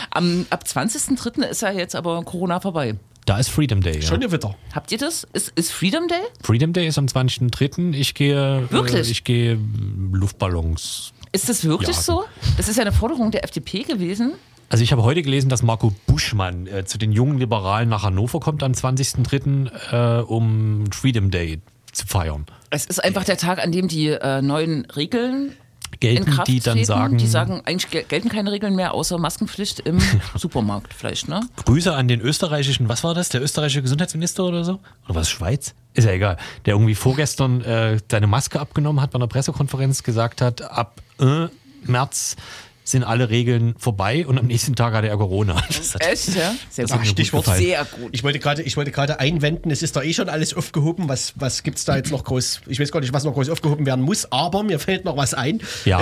[SPEAKER 3] Am, ab 20.03. ist ja jetzt aber Corona vorbei.
[SPEAKER 4] Da ist Freedom Day. Ja.
[SPEAKER 2] Schon eine Witter.
[SPEAKER 3] Habt ihr das? Ist, ist Freedom Day?
[SPEAKER 4] Freedom Day ist am 20.03. Ich gehe.
[SPEAKER 3] Wirklich?
[SPEAKER 4] Äh, ich gehe mm, Luftballons.
[SPEAKER 3] Ist das wirklich
[SPEAKER 4] Ja.
[SPEAKER 3] so? Das ist ja eine Forderung der FDP gewesen.
[SPEAKER 4] Also ich habe heute gelesen, dass Marco Buschmann äh, zu den jungen Liberalen nach Hannover kommt am 20.03., äh, um Freedom Day zu feiern.
[SPEAKER 3] Es ist einfach der Tag, an dem die äh, neuen Regeln in
[SPEAKER 4] Gelten
[SPEAKER 3] Kraft
[SPEAKER 4] die dann
[SPEAKER 3] treten.
[SPEAKER 4] sagen,
[SPEAKER 3] die sagen, eigentlich gel- gelten keine Regeln mehr, außer Maskenpflicht
[SPEAKER 4] [LAUGHS]
[SPEAKER 3] im Supermarkt vielleicht, ne?
[SPEAKER 4] Grüße an den österreichischen, was war das, der österreichische Gesundheitsminister oder so? Oder was, Schweiz? Ist ja egal. Der irgendwie vorgestern äh, seine Maske abgenommen hat, bei einer Pressekonferenz gesagt hat, ab äh, März sind alle Regeln vorbei und am nächsten Tag hatte er Corona. [LAUGHS] Das hat
[SPEAKER 3] Echt, ja? Sehr
[SPEAKER 4] hat mir gut Stichwort- gefallen.
[SPEAKER 3] Sehr gut.
[SPEAKER 2] Ich wollte gerade, ich wollte gerade einwenden, es ist da eh schon alles aufgehoben. Was, was gibt's da jetzt noch groß? Ich weiß gar nicht, was noch groß aufgehoben werden muss, aber mir fällt noch was ein.
[SPEAKER 4] Ja.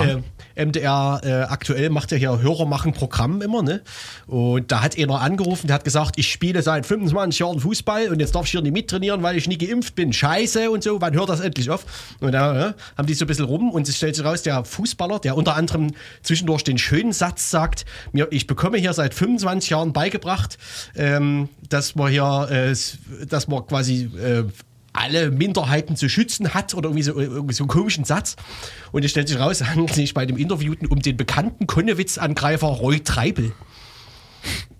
[SPEAKER 2] Äh, MDR äh, aktuell macht ja hier Hörer machen Programm immer, ne? Und da hat einer angerufen, der hat gesagt, ich spiele seit 25 Jahren Fußball und jetzt darf ich hier nicht mittrainieren, weil ich nie geimpft bin. Scheiße und so, wann hört das endlich auf? Und da äh, haben die so ein bisschen rum und es stellt sich raus, der Fußballer, der unter anderem zwischendurch den schönen Satz sagt, mir, ich bekomme hier seit 25 Jahren beigebracht, ähm, dass man hier, äh, s- dass man quasi äh, alle Minderheiten zu schützen hat oder irgendwie so, irgendwie so einen komischen Satz. Und es stellt sich raus, [LAUGHS] es handelt sich bei dem Interviewten um den bekannten Konnewitz-Angreifer Roy Treibel.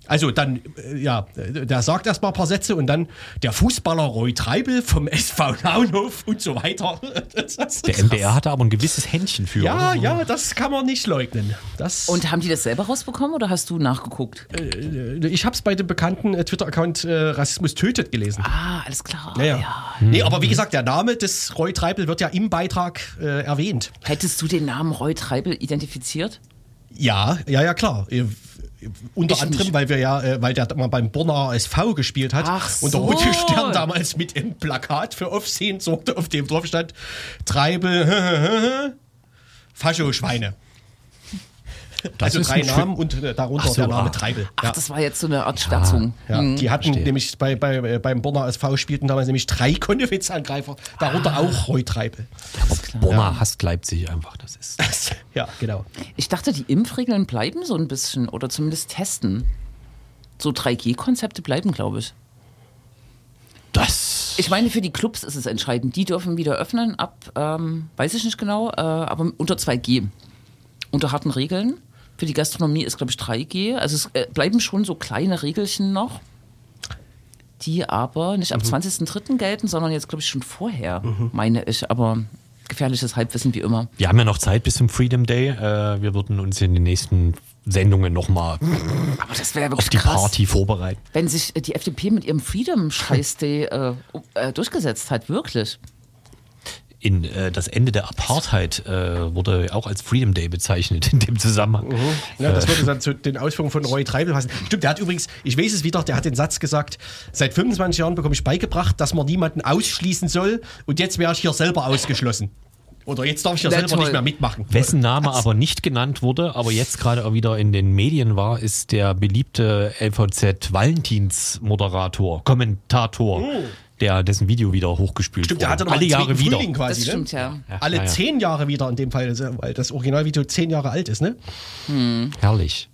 [SPEAKER 2] Also dann, äh, ja, äh, der sagt erstmal ein paar Sätze und dann der Fußballer Roy Treibel vom SV Naunhof und so weiter. [LAUGHS] Das, das,
[SPEAKER 4] der MDR hatte aber ein gewisses Händchen für.
[SPEAKER 2] ja,
[SPEAKER 4] oder?
[SPEAKER 2] ja, das kann man nicht leugnen. Das,
[SPEAKER 3] Und haben die das selber rausbekommen oder hast du nachgeguckt?
[SPEAKER 2] äh, ich habe es bei dem bekannten äh, Twitter-Account äh, Rassismus tötet gelesen.
[SPEAKER 3] Ah, alles klar.
[SPEAKER 2] Naja.
[SPEAKER 3] Ja.
[SPEAKER 2] Nee,
[SPEAKER 4] Hm.
[SPEAKER 2] aber wie gesagt, der Name des Roy Treibel wird ja im Beitrag äh, erwähnt.
[SPEAKER 3] Hättest du den Namen Roy Treibel identifiziert?
[SPEAKER 2] Ja, ja, ja, klar. Ihr- Unter
[SPEAKER 3] Ich
[SPEAKER 2] anderem,
[SPEAKER 3] nicht.
[SPEAKER 2] weil wir ja, äh, weil der mal beim Bonner SV gespielt hat
[SPEAKER 3] Ach
[SPEAKER 2] und der
[SPEAKER 3] so.
[SPEAKER 2] Rote Stern damals mit dem Plakat für Aufsehen sorgte, auf dem drauf stand, [LAUGHS] treibe Fascho-Schweine. also
[SPEAKER 4] ist
[SPEAKER 2] drei
[SPEAKER 4] ein schön-
[SPEAKER 2] Namen und äh, darunter
[SPEAKER 4] Ach so,
[SPEAKER 2] der Name
[SPEAKER 4] ah.
[SPEAKER 2] Treibel.
[SPEAKER 3] Ach, das war jetzt so eine Art Stützung.
[SPEAKER 2] Ja, die hatten
[SPEAKER 4] Verstehe.
[SPEAKER 2] nämlich bei, bei, äh, beim Bonner SV spielten damals nämlich drei Konnewitz-Angreifer, darunter auch Heutreibel.
[SPEAKER 4] Bonner hasst Leipzig einfach. Das ist.
[SPEAKER 2] Das, ja, genau.
[SPEAKER 3] Ich dachte, die Impfregeln bleiben so ein bisschen oder zumindest testen. So 3G-Konzepte bleiben, glaube ich.
[SPEAKER 4] Das.
[SPEAKER 3] Ich meine, für die Clubs ist es entscheidend. Die dürfen wieder öffnen ab, ähm, weiß ich nicht genau, äh, aber unter 2G. Unter harten Regeln. Für die Gastronomie ist, glaube ich, 3G. Also es äh, bleiben schon so kleine Regelchen noch, die aber nicht ab 20.03. gelten, sondern jetzt, glaube ich, schon vorher, meine ich. Aber gefährliches Halbwissen wie immer.
[SPEAKER 4] Wir haben ja noch Zeit bis zum Freedom Day. Äh, wir würden uns in den nächsten Sendungen nochmal
[SPEAKER 3] Aber das wäre
[SPEAKER 4] auf
[SPEAKER 3] wirklich
[SPEAKER 4] die
[SPEAKER 3] krass.
[SPEAKER 4] Party vorbereiten.
[SPEAKER 3] Wenn sich äh, die FDP mit ihrem Freedom-Scheiß-Day äh, äh, durchgesetzt hat, wirklich.
[SPEAKER 4] In äh, das Ende der Apartheid äh, wurde auch als Freedom Day bezeichnet in dem Zusammenhang.
[SPEAKER 2] Ja, das würde dann zu den Ausführungen von Roy Treibel passen. Stimmt, der hat übrigens, ich weiß es wieder, der hat den Satz gesagt, seit 25 Jahren bekomme ich beigebracht, dass man niemanden ausschließen soll und jetzt wäre ich hier selber ausgeschlossen. Oder jetzt darf ich hier
[SPEAKER 3] Na
[SPEAKER 2] selber
[SPEAKER 3] toll.
[SPEAKER 2] nicht mehr mitmachen.
[SPEAKER 4] Wessen Name aber nicht genannt wurde, aber jetzt gerade auch wieder in den Medien war, ist der beliebte LVZ Valentins-Moderator, Kommentator, der dessen Video wieder
[SPEAKER 2] Oh.
[SPEAKER 4] hochgespült
[SPEAKER 2] Stimmt,
[SPEAKER 4] wurde.
[SPEAKER 2] der hatte noch
[SPEAKER 4] Alle
[SPEAKER 2] einen
[SPEAKER 4] Jahre
[SPEAKER 2] zweiten
[SPEAKER 4] wieder.
[SPEAKER 2] Frühling
[SPEAKER 3] Das
[SPEAKER 2] quasi,
[SPEAKER 3] stimmt
[SPEAKER 2] ne?
[SPEAKER 3] ja.
[SPEAKER 4] Ja,
[SPEAKER 2] Alle
[SPEAKER 4] ja, ja.
[SPEAKER 2] zehn Jahre wieder in dem Fall, weil das Originalvideo zehn Jahre alt ist, ne?
[SPEAKER 4] Herrlich.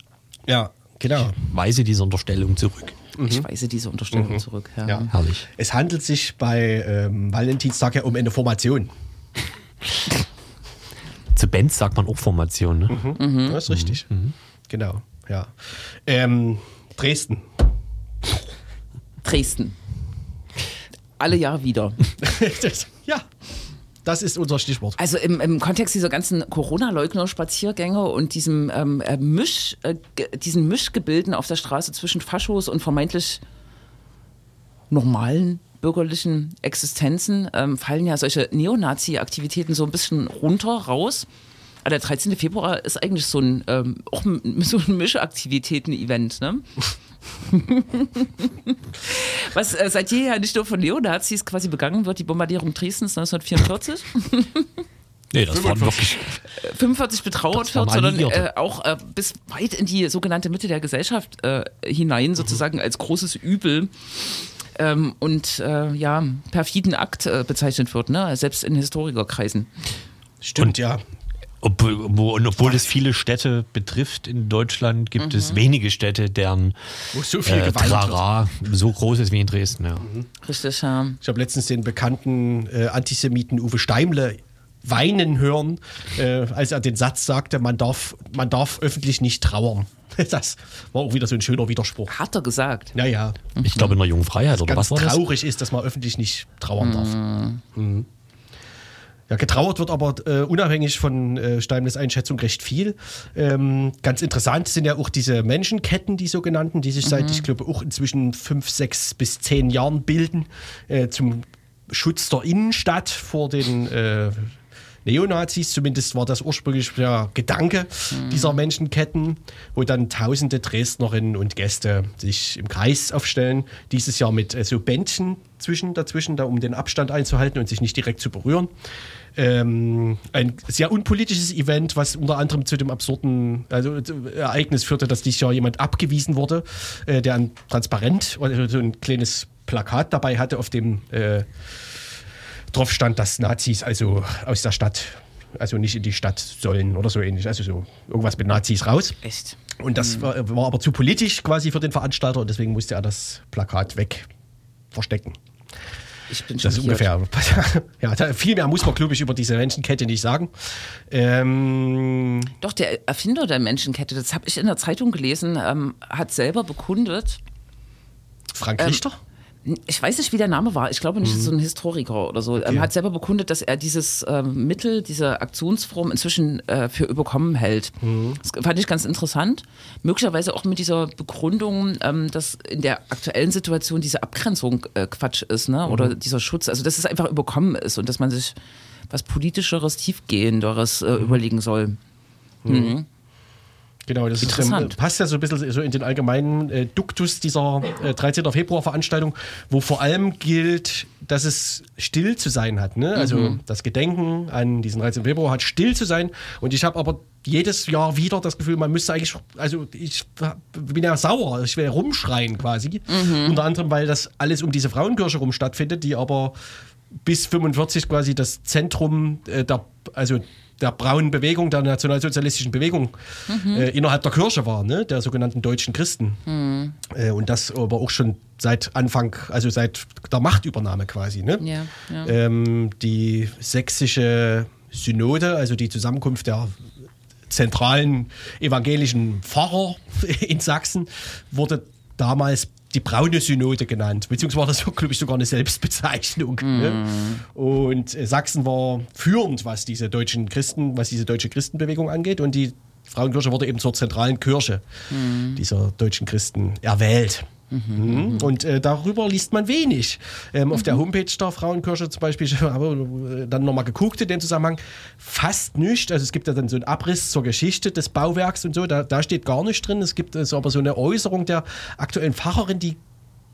[SPEAKER 2] Ja, genau.
[SPEAKER 4] Weise diese Unterstellung zurück.
[SPEAKER 3] Ich weise diese Unterstellung zurück. Ja.
[SPEAKER 2] Ja.
[SPEAKER 4] Herrlich.
[SPEAKER 2] Es handelt sich bei ähm, Valentinstag ja um eine Formation.
[SPEAKER 4] Zu Bands sagt man auch Formation, ne?
[SPEAKER 2] Mhm.
[SPEAKER 3] Mhm.
[SPEAKER 2] Das ist richtig.
[SPEAKER 4] Mhm.
[SPEAKER 2] Genau, ja. Ähm, Dresden.
[SPEAKER 3] Dresden. Alle Jahre wieder.
[SPEAKER 2] das, ja, das ist unser Stichwort.
[SPEAKER 3] Also im, im Kontext dieser ganzen Corona-Leugner-Spaziergänge und diesem ähm, äh, Misch, äh, ge- diesen Mischgebilden auf der Straße zwischen Faschos und vermeintlich normalen bürgerlichen Existenzen ähm, fallen ja solche Neonazi-Aktivitäten so ein bisschen runter raus. Aber der 13. Februar ist eigentlich so ein, ähm, auch ein- [LAUGHS] so ein Mischaktivitäten-Event, ne? [LAUGHS] Was äh, seit jeher nicht nur von Neonazis quasi begangen wird, die Bombardierung Dresdens 1944.
[SPEAKER 4] Nee, das waren wirklich
[SPEAKER 3] 45 betrauert
[SPEAKER 4] Das
[SPEAKER 3] wird, sondern äh,
[SPEAKER 4] Normalierte.
[SPEAKER 3] auch äh, bis weit in die sogenannte Mitte der Gesellschaft äh,
[SPEAKER 2] Mhm.
[SPEAKER 3] hinein sozusagen als großes Übel ähm, und äh, ja, perfiden Akt äh, bezeichnet wird, ne? selbst in Historikerkreisen.
[SPEAKER 2] Stimmt, ja.
[SPEAKER 4] Ob, wo, und obwohl es viele Städte betrifft in Deutschland,
[SPEAKER 2] Mhm.
[SPEAKER 4] gibt es wenige Städte, deren
[SPEAKER 2] Wo so [LAUGHS] viel Mhm.
[SPEAKER 4] äh,
[SPEAKER 2] Gewalt wird.
[SPEAKER 4] Trara so groß ist wie in Dresden. Ja.
[SPEAKER 3] Richtig, ja.
[SPEAKER 2] Ich habe letztens den bekannten äh, Antisemiten Uwe Steimle weinen hören, äh, als er den Satz sagte, man darf, man darf öffentlich nicht trauern. [LAUGHS] Das war auch wieder so ein schöner Widerspruch.
[SPEAKER 3] Hat er gesagt.
[SPEAKER 2] Naja,
[SPEAKER 4] Ich glaube in der Jungen Freiheit oder
[SPEAKER 2] ganz
[SPEAKER 4] was war das?
[SPEAKER 2] traurig ist, dass man öffentlich nicht trauern darf. Mhm. Ja, getrauert wird aber äh, unabhängig von äh, Steimles Einschätzung recht viel. Ähm, ganz interessant sind ja auch diese Menschenketten, die sogenannten, die sich seit, ich glaube, auch inzwischen fünf, sechs bis zehn Jahren bilden, äh, zum Schutz der Innenstadt vor den äh, Neonazis. Zumindest war das ursprünglich der Gedanke dieser Menschenketten, wo dann tausende Dresdnerinnen und Gäste sich im Kreis aufstellen. Dieses Jahr mit äh, so Bändchen zwischen, dazwischen, da, um den Abstand einzuhalten und sich nicht direkt zu berühren. Ähm, ein sehr unpolitisches Event, was unter anderem zu dem absurden also, äh, Ereignis führte, dass dieses Jahr jemand abgewiesen wurde, äh, der ein Transparent oder so ein kleines Plakat dabei hatte, auf dem äh, drauf stand, dass Nazis also aus der Stadt, also nicht in die Stadt sollen oder so ähnlich. Also so irgendwas mit Nazis raus.
[SPEAKER 3] Echt.
[SPEAKER 2] Und das war, war aber zu politisch quasi für den Veranstalter und deswegen musste er das Plakat weg verstecken.
[SPEAKER 3] Ich bin schon
[SPEAKER 2] Das ist ungefähr. [LAUGHS] Ja, da- viel mehr muss man, glaube ich, über diese Menschenkette nicht sagen. Ähm,
[SPEAKER 3] Doch, der Erfinder der Menschenkette, das habe ich in der Zeitung gelesen, ähm, hat selber bekundet,
[SPEAKER 2] Frank Richter?
[SPEAKER 3] Ich weiß nicht, wie der Name war. Ich glaube nicht,
[SPEAKER 2] Mhm.
[SPEAKER 3] so ein Historiker oder so. Ähm, hat selber bekundet, dass er dieses ähm, Mittel, diese Aktionsform inzwischen äh, für überkommen hält.
[SPEAKER 2] Mhm.
[SPEAKER 3] Das fand ich ganz interessant. Möglicherweise auch mit dieser Begründung, ähm, dass in der aktuellen Situation diese Abgrenzung äh, Quatsch ist, ne? Oder
[SPEAKER 2] Mhm.
[SPEAKER 3] dieser Schutz. Also dass es einfach überkommen ist und dass man sich
[SPEAKER 2] Mhm.
[SPEAKER 3] was politischeres, tiefgehenderes äh, überlegen soll.
[SPEAKER 2] Genau, das ist, ähm,
[SPEAKER 3] Interessant.
[SPEAKER 2] passt ja so ein bisschen so in den allgemeinen äh, Duktus dieser äh, 13. Februar-Veranstaltung, wo vor allem gilt, dass es still zu sein hat. Ne? Also das Gedenken an diesen 13. Februar hat still zu sein. Und ich habe aber jedes Jahr wieder das Gefühl, man müsste eigentlich, also ich hab- bin ja sauer, ich will rumschreien quasi. Unter anderem, weil das alles um diese Frauenkirche rum stattfindet, die aber bis 45 quasi das Zentrum äh, der, also der braunen Bewegung, der nationalsozialistischen Bewegung äh, innerhalb der Kirche war, ne? der sogenannten deutschen Christen. Äh, und das aber auch schon seit Anfang, also seit der Machtübernahme quasi. Ne?
[SPEAKER 3] Ja, ja.
[SPEAKER 2] Ähm, die sächsische Synode, also die Zusammenkunft der zentralen evangelischen Pfarrer [LAUGHS] in Sachsen, wurde damals die braune Synode genannt, beziehungsweise war das, glaube ich, sogar eine Selbstbezeichnung.
[SPEAKER 3] Mhm.
[SPEAKER 2] Ne? Und äh, Sachsen war führend, was diese deutschen Christen, was diese deutsche Christenbewegung angeht. Und die Frauenkirche wurde eben zur zentralen Kirche dieser deutschen Christen erwählt. Mhm. Und äh, darüber liest man wenig. Ähm, Auf der Homepage der Frauenkirche zum Beispiel, [LAUGHS] ich habe äh, dann nochmal geguckt in dem Zusammenhang, fast nicht. Also es gibt ja dann so einen Abriss zur Geschichte des Bauwerks und so, da, da steht gar nicht drin. Es gibt äh, so aber so eine Äußerung der aktuellen Pfarrerin, die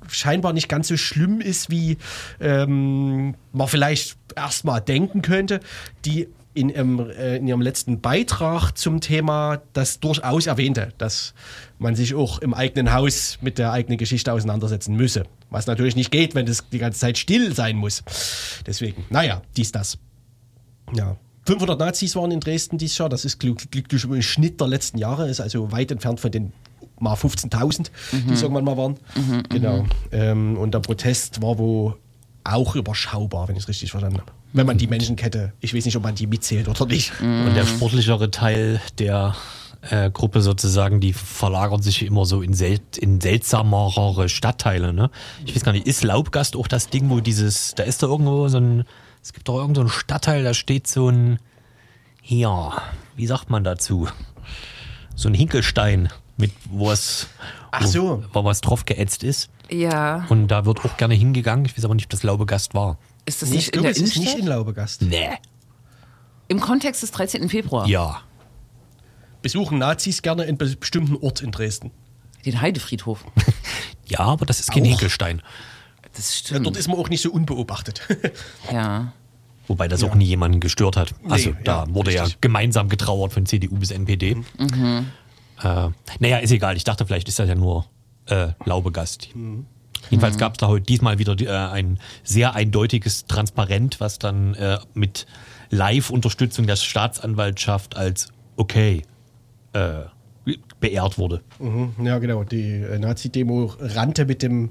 [SPEAKER 2] scheinbar nicht ganz so schlimm ist, wie ähm, man vielleicht erstmal denken könnte, die in ihrem, äh, in ihrem letzten Beitrag zum Thema das durchaus erwähnte, dass man sich auch im eigenen Haus mit der eigenen Geschichte auseinandersetzen müsse. Was natürlich nicht geht, wenn das die ganze Zeit still sein muss. Deswegen, naja, dies, das. Ja. 500 Nazis waren in Dresden dieses Jahr. Das ist glücklich glücklich im Schnitt der letzten Jahre. Ist also weit entfernt von den mal 15.000,
[SPEAKER 3] Mhm.
[SPEAKER 2] die es irgendwann mal waren. genau. Ähm, und der Protest war wohl auch überschaubar, wenn ich es richtig verstanden habe. Wenn man die
[SPEAKER 3] Mhm.
[SPEAKER 2] Menschenkette, ich weiß nicht, ob man die mitzählt oder nicht.
[SPEAKER 4] Und der sportlichere Teil der äh, Gruppe sozusagen, die verlagert sich immer so in, sel in seltsamere Stadtteile. Ne? Ich weiß gar nicht, ist Laubgast auch das Ding, wo dieses, da ist da irgendwo so ein, es gibt doch irgendeinen so einen Stadtteil, da steht so ein, ja, wie sagt man dazu? So ein Hinkelstein, mit wo es,
[SPEAKER 2] Ach so.
[SPEAKER 4] wo, wo was drauf geätzt ist.
[SPEAKER 3] Ja.
[SPEAKER 4] Und da wird auch gerne hingegangen. Ich weiß aber nicht, ob das Laubegast war.
[SPEAKER 3] Ist das
[SPEAKER 2] Nee,
[SPEAKER 3] nicht in
[SPEAKER 2] glaube,
[SPEAKER 3] der
[SPEAKER 2] es ist
[SPEAKER 3] Innenstadt? Mhm.
[SPEAKER 2] nicht in Laubegast.
[SPEAKER 4] Nee.
[SPEAKER 3] Im Kontext des 13. Februar.
[SPEAKER 4] Ja. [LAUGHS]
[SPEAKER 2] Besuchen Nazis gerne in be- bestimmten Ort in Dresden.
[SPEAKER 3] Den Heidefriedhof.
[SPEAKER 4] Ja, aber das ist kein
[SPEAKER 2] Auch.
[SPEAKER 4] Hinkelstein.
[SPEAKER 3] Das
[SPEAKER 2] Ja, dort
[SPEAKER 3] stimmt.
[SPEAKER 2] ist man auch nicht so unbeobachtet. [LAUGHS]
[SPEAKER 3] Ja.
[SPEAKER 4] Wobei das auch nie jemanden gestört hat. Also
[SPEAKER 2] Nee,
[SPEAKER 4] da
[SPEAKER 2] ja,
[SPEAKER 4] wurde ja
[SPEAKER 2] richtig. Mhm.
[SPEAKER 4] gemeinsam getrauert von CDU bis NPD. Äh, naja, ist egal. Ich dachte, vielleicht ist das ja nur äh, Laubegast.
[SPEAKER 2] Mhm.
[SPEAKER 4] Jedenfalls gab es da heute diesmal wieder die- äh, ein sehr eindeutiges Transparent, was dann äh, mit Live-Unterstützung der Staatsanwaltschaft als okay äh, beehrt wurde.
[SPEAKER 2] Ja, genau. Die äh, Nazi-Demo rannte mit dem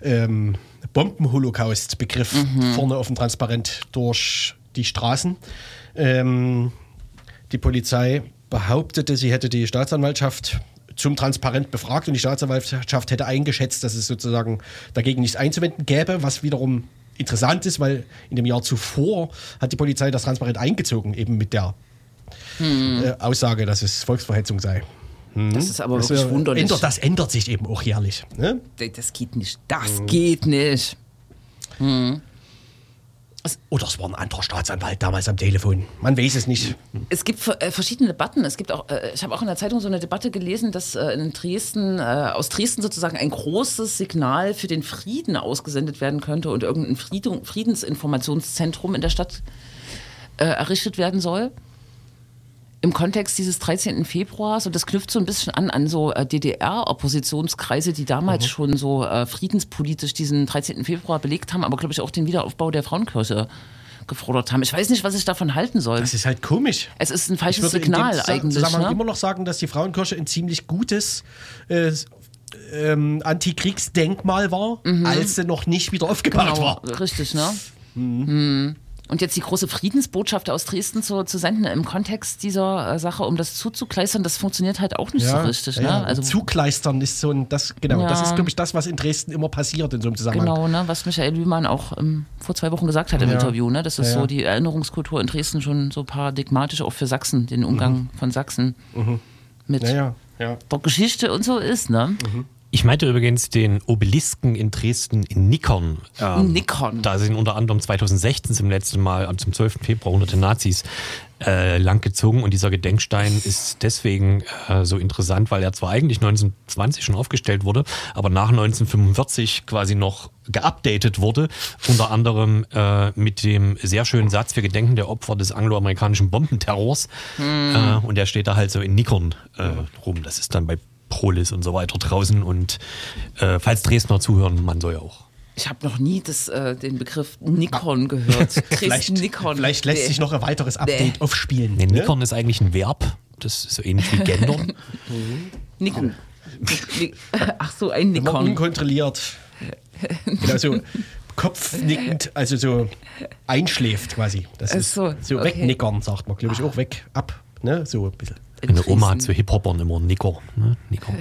[SPEAKER 2] ähm, Bomben-Holocaust-Begriff vorne auf dem Transparent durch die Straßen. Ähm, die Polizei behauptete, sie hätte die Staatsanwaltschaft zum Transparent befragt und die Staatsanwaltschaft hätte eingeschätzt, dass es sozusagen dagegen nichts einzuwenden gäbe, was wiederum interessant ist, weil in dem Jahr zuvor hat die Polizei das Transparent eingezogen, eben mit der äh, Aussage, dass es Volksverhetzung sei.
[SPEAKER 3] Das ist aber
[SPEAKER 2] Das,
[SPEAKER 3] wirklich
[SPEAKER 2] äh,
[SPEAKER 3] wunderlich.
[SPEAKER 2] Ändert, das ändert sich eben auch jährlich. Ne?
[SPEAKER 3] Das geht nicht. Das geht nicht.
[SPEAKER 2] Oder es war ein anderer Staatsanwalt damals am Telefon. Man weiß es nicht.
[SPEAKER 3] Es gibt äh, verschiedene Debatten. Es gibt auch, äh, ich habe auch in der Zeitung so eine Debatte gelesen, dass äh, in Dresden, äh, aus Dresden sozusagen ein großes Signal für den Frieden ausgesendet werden könnte und irgendein Friedung, Friedensinformationszentrum in der Stadt äh, errichtet werden soll. Im Kontext dieses 13. Februars, und das knüpft so ein bisschen an an so äh, DDR-Oppositionskreise, die damals schon so äh, friedenspolitisch diesen 13. Februar belegt haben, aber glaube ich auch den Wiederaufbau der Frauenkirche gefordert haben. Ich weiß nicht, was ich davon halten soll.
[SPEAKER 2] Das ist halt komisch.
[SPEAKER 3] Es ist ein
[SPEAKER 2] Ich
[SPEAKER 3] falsches
[SPEAKER 2] würde in
[SPEAKER 3] Signal
[SPEAKER 2] dem Zusa-
[SPEAKER 3] eigentlich.
[SPEAKER 2] Zusammenhang
[SPEAKER 3] Ne?
[SPEAKER 2] immer noch sagen, dass die Frauenkirche ein ziemlich gutes äh, s- ähm, Antikriegsdenkmal war, als sie noch nicht wieder aufgebaut
[SPEAKER 3] Mhm. Genau,
[SPEAKER 2] war.
[SPEAKER 3] richtig,
[SPEAKER 2] [LAUGHS]
[SPEAKER 3] ne? Mhm. Und jetzt die große Friedensbotschaft aus Dresden zu, zu senden im Kontext dieser äh, Sache, um das zuzukleistern, das funktioniert halt auch nicht so richtig.
[SPEAKER 2] ja.
[SPEAKER 3] Ne? Also
[SPEAKER 2] Zugleistern ist so ein, das, genau, das
[SPEAKER 3] Ja.
[SPEAKER 2] ist, glaube ich, das, was in Dresden immer passiert in so einem Zusammenhang.
[SPEAKER 3] genau, ne? was Michael Lühmann auch ähm, vor zwei Wochen gesagt hat im
[SPEAKER 2] Ja.
[SPEAKER 3] Interview, ne? dass es
[SPEAKER 2] Ja, ja.
[SPEAKER 3] so die Erinnerungskultur in Dresden schon so paradigmatisch auch für Sachsen, den Umgang von Sachsen mit
[SPEAKER 2] Mhm. Ja, Mhm. ja, ja.
[SPEAKER 3] der Geschichte und so ist. Ne?
[SPEAKER 4] Ich meinte übrigens den Obelisken in Dresden in Nikon. Ähm,
[SPEAKER 3] Nikon.
[SPEAKER 4] Da sind unter anderem 2016 zum letzten Mal, am zum 12. Februar, hunderte Nazis äh, langgezogen. Und dieser Gedenkstein ist deswegen äh, so interessant, weil er zwar eigentlich 1920 schon aufgestellt wurde, aber nach 1945 quasi noch geupdatet wurde. Unter anderem äh, mit dem sehr schönen Satz, wir gedenken der Opfer des angloamerikanischen Bombenterrors. Äh, und der steht da halt so in Nikon äh, rum. Das ist dann bei Prolis und so weiter draußen. Und äh, falls Dresdner zuhören, man soll ja auch.
[SPEAKER 3] Ich habe noch nie das, äh, den Begriff Nikon
[SPEAKER 2] [LAUGHS]
[SPEAKER 3] gehört.
[SPEAKER 2] Vielleicht,
[SPEAKER 3] Dresden Nikon.
[SPEAKER 2] vielleicht lässt
[SPEAKER 3] Nee.
[SPEAKER 2] sich noch ein weiteres Update aufspielen.
[SPEAKER 4] Nee,
[SPEAKER 2] ne?
[SPEAKER 4] Nikon ist eigentlich ein Verb. Das ist so ähnlich
[SPEAKER 3] [LAUGHS]
[SPEAKER 4] wie Gendern.
[SPEAKER 3] Nikon. Ni- [LAUGHS] Ach so, ein
[SPEAKER 2] Immer
[SPEAKER 3] Nikon.
[SPEAKER 2] unkontrolliert. Genau so kopfnickend, also so einschläft quasi. Das
[SPEAKER 3] Ach
[SPEAKER 2] ist
[SPEAKER 3] so,
[SPEAKER 2] so,
[SPEAKER 3] okay.
[SPEAKER 2] wegnickern, sagt man, glaube ich, auch weg, ab. Ne? So ein bisschen.
[SPEAKER 3] In
[SPEAKER 4] Meine Oma hat
[SPEAKER 3] Dresden.
[SPEAKER 4] zu Hip-Hopern immer Nicker. Ne? Nicker.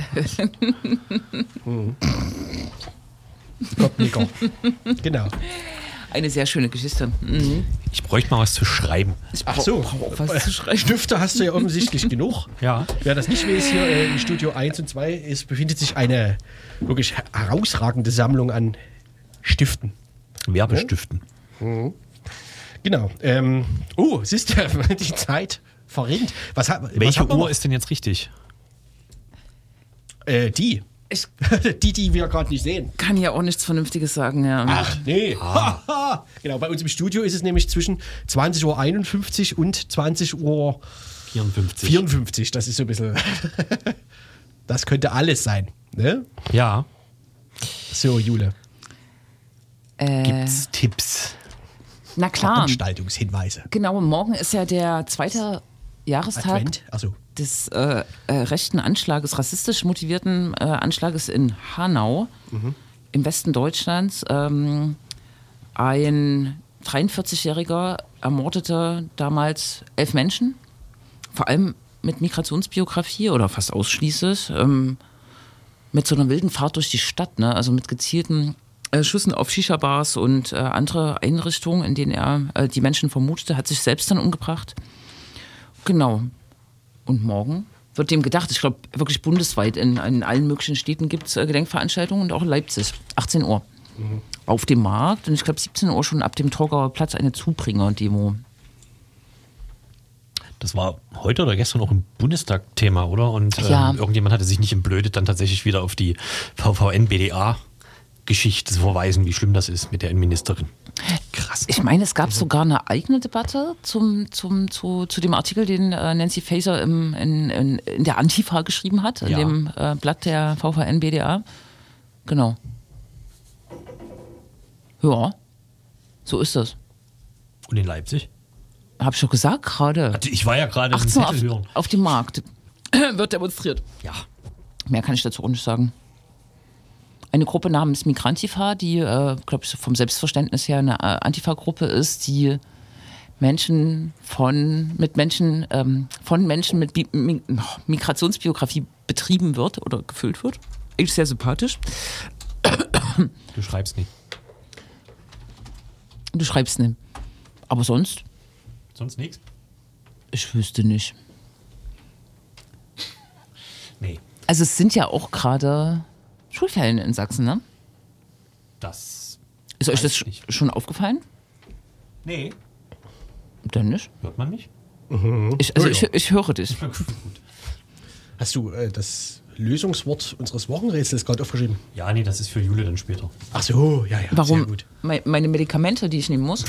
[SPEAKER 3] [LAUGHS]
[SPEAKER 2] Kopfnicker. genau.
[SPEAKER 3] Eine sehr schöne Geschichte. Mhm.
[SPEAKER 4] Ich bräuchte mal was zu schreiben.
[SPEAKER 3] Ich
[SPEAKER 2] Ach
[SPEAKER 3] brauch-
[SPEAKER 2] so.
[SPEAKER 3] brauch auch was zu schreiben.
[SPEAKER 2] [LAUGHS] Stifte hast du
[SPEAKER 3] [LAUGHS]
[SPEAKER 2] ja offensichtlich genug.
[SPEAKER 4] Ja.
[SPEAKER 2] Wer das nicht weiß, hier äh, im Studio 1 und 2 ist, befindet sich eine wirklich herausragende Sammlung an Stiften.
[SPEAKER 4] Werbestiften.
[SPEAKER 2] Genau. Ähm, oh, siehst du, [LAUGHS] die Zeit verringt. Was hat, was
[SPEAKER 4] Welche
[SPEAKER 2] hat man
[SPEAKER 4] Uhr
[SPEAKER 2] noch?
[SPEAKER 4] ist denn jetzt richtig?
[SPEAKER 2] Äh, die.
[SPEAKER 3] Ich
[SPEAKER 2] [LAUGHS] die, die wir gerade nicht sehen.
[SPEAKER 3] kann ja auch nichts Vernünftiges sagen, ja.
[SPEAKER 2] Ach, nee.
[SPEAKER 3] ah.
[SPEAKER 2] Haha. [LAUGHS] genau, bei uns im Studio ist es nämlich zwischen 20.51 Uhr und 20.54 Uhr.
[SPEAKER 4] 54.
[SPEAKER 2] Das ist so ein bisschen. [LAUGHS] das könnte alles sein. Ne?
[SPEAKER 4] Ja.
[SPEAKER 2] So, Jule.
[SPEAKER 3] äh,
[SPEAKER 4] Gibt's Tipps?
[SPEAKER 3] na klar.
[SPEAKER 2] Veranstaltungshinweise.
[SPEAKER 3] Genau, morgen ist ja der zweite Jahrestag
[SPEAKER 2] Advent. Also,
[SPEAKER 3] des äh, äh, rechten Anschlages, rassistisch motivierten äh, Anschlages in Hanau, im Westen Deutschlands. Ähm, ein 43-Jähriger ermordete damals elf Menschen, vor allem mit Migrationsbiografie oder fast ausschließlich, ähm, mit so einer wilden Fahrt durch die Stadt, ne? also mit gezielten äh, Schüssen auf Shisha-Bars und äh, andere Einrichtungen, in denen er äh, die Menschen vermutete, hat sich selbst dann umgebracht. Genau, und morgen wird dem gedacht. Ich glaube, wirklich bundesweit in, in allen möglichen Städten gibt es äh, Gedenkveranstaltungen und auch in Leipzig. 18 Uhr. Auf dem Markt und ich glaube 17 Uhr schon ab dem Torgauer Platz eine Zubringer-Demo.
[SPEAKER 4] Das war heute oder gestern auch im Bundestag Thema, oder? Und ähm,
[SPEAKER 3] Ja.
[SPEAKER 4] irgendjemand hatte sich nicht entblödet, dann tatsächlich wieder auf die VVN-BDA-Geschichte zu verweisen, wie schlimm das ist mit der Innenministerin. Krass.
[SPEAKER 3] Ich meine, es gab sogar eine eigene Debatte zum, zum, zu, zu dem Artikel, den äh, Nancy Faeser im, in, in, in der Antifa geschrieben hat, in
[SPEAKER 4] Ja.
[SPEAKER 3] dem äh, Blatt der VVN BDA. Genau. Ja, so ist das.
[SPEAKER 4] Und in Leipzig? Also,
[SPEAKER 3] Hab ich doch gesagt gerade.
[SPEAKER 4] Ich war ja gerade im
[SPEAKER 3] 18 Uhr
[SPEAKER 4] Zettel
[SPEAKER 3] auf,
[SPEAKER 4] hören.
[SPEAKER 3] auf dem Markt [CLEARS THROAT] wird demonstriert.
[SPEAKER 4] Ja.
[SPEAKER 3] Mehr kann ich dazu auch nicht sagen. Eine Gruppe namens Migrantifa, die, äh, glaube ich, vom Selbstverständnis her eine äh, Antifa-Gruppe ist, die Menschen von mit Menschen ähm, von Menschen mit Bi Mi oh, Migrationsbiografie betrieben wird oder gefüllt wird. Eigentlich sehr sympathisch.
[SPEAKER 4] Du schreibst nicht.
[SPEAKER 3] Du schreibst ne. Aber sonst,
[SPEAKER 4] Sonst nichts?
[SPEAKER 3] ich wüsste nicht.
[SPEAKER 4] Nee.
[SPEAKER 3] Also es sind ja auch gerade Schulferien in Sachsen, ne?
[SPEAKER 4] Das.
[SPEAKER 3] Ist euch
[SPEAKER 4] Weiß
[SPEAKER 3] das
[SPEAKER 4] ich
[SPEAKER 3] sch-
[SPEAKER 4] nicht.
[SPEAKER 3] schon aufgefallen?
[SPEAKER 4] Nee.
[SPEAKER 3] Dann nicht.
[SPEAKER 4] Hört man mich?
[SPEAKER 3] Ich, also ich, ich höre dich.
[SPEAKER 2] hast du äh, das Lösungswort unseres Wochenrätsels gerade aufgeschrieben?
[SPEAKER 4] Ja, nee, das ist für Jule dann später.
[SPEAKER 2] Ach so, ja, ja. Sehr
[SPEAKER 3] Warum?
[SPEAKER 2] gut.
[SPEAKER 3] Me- Meine Medikamente, die ich nehmen muss.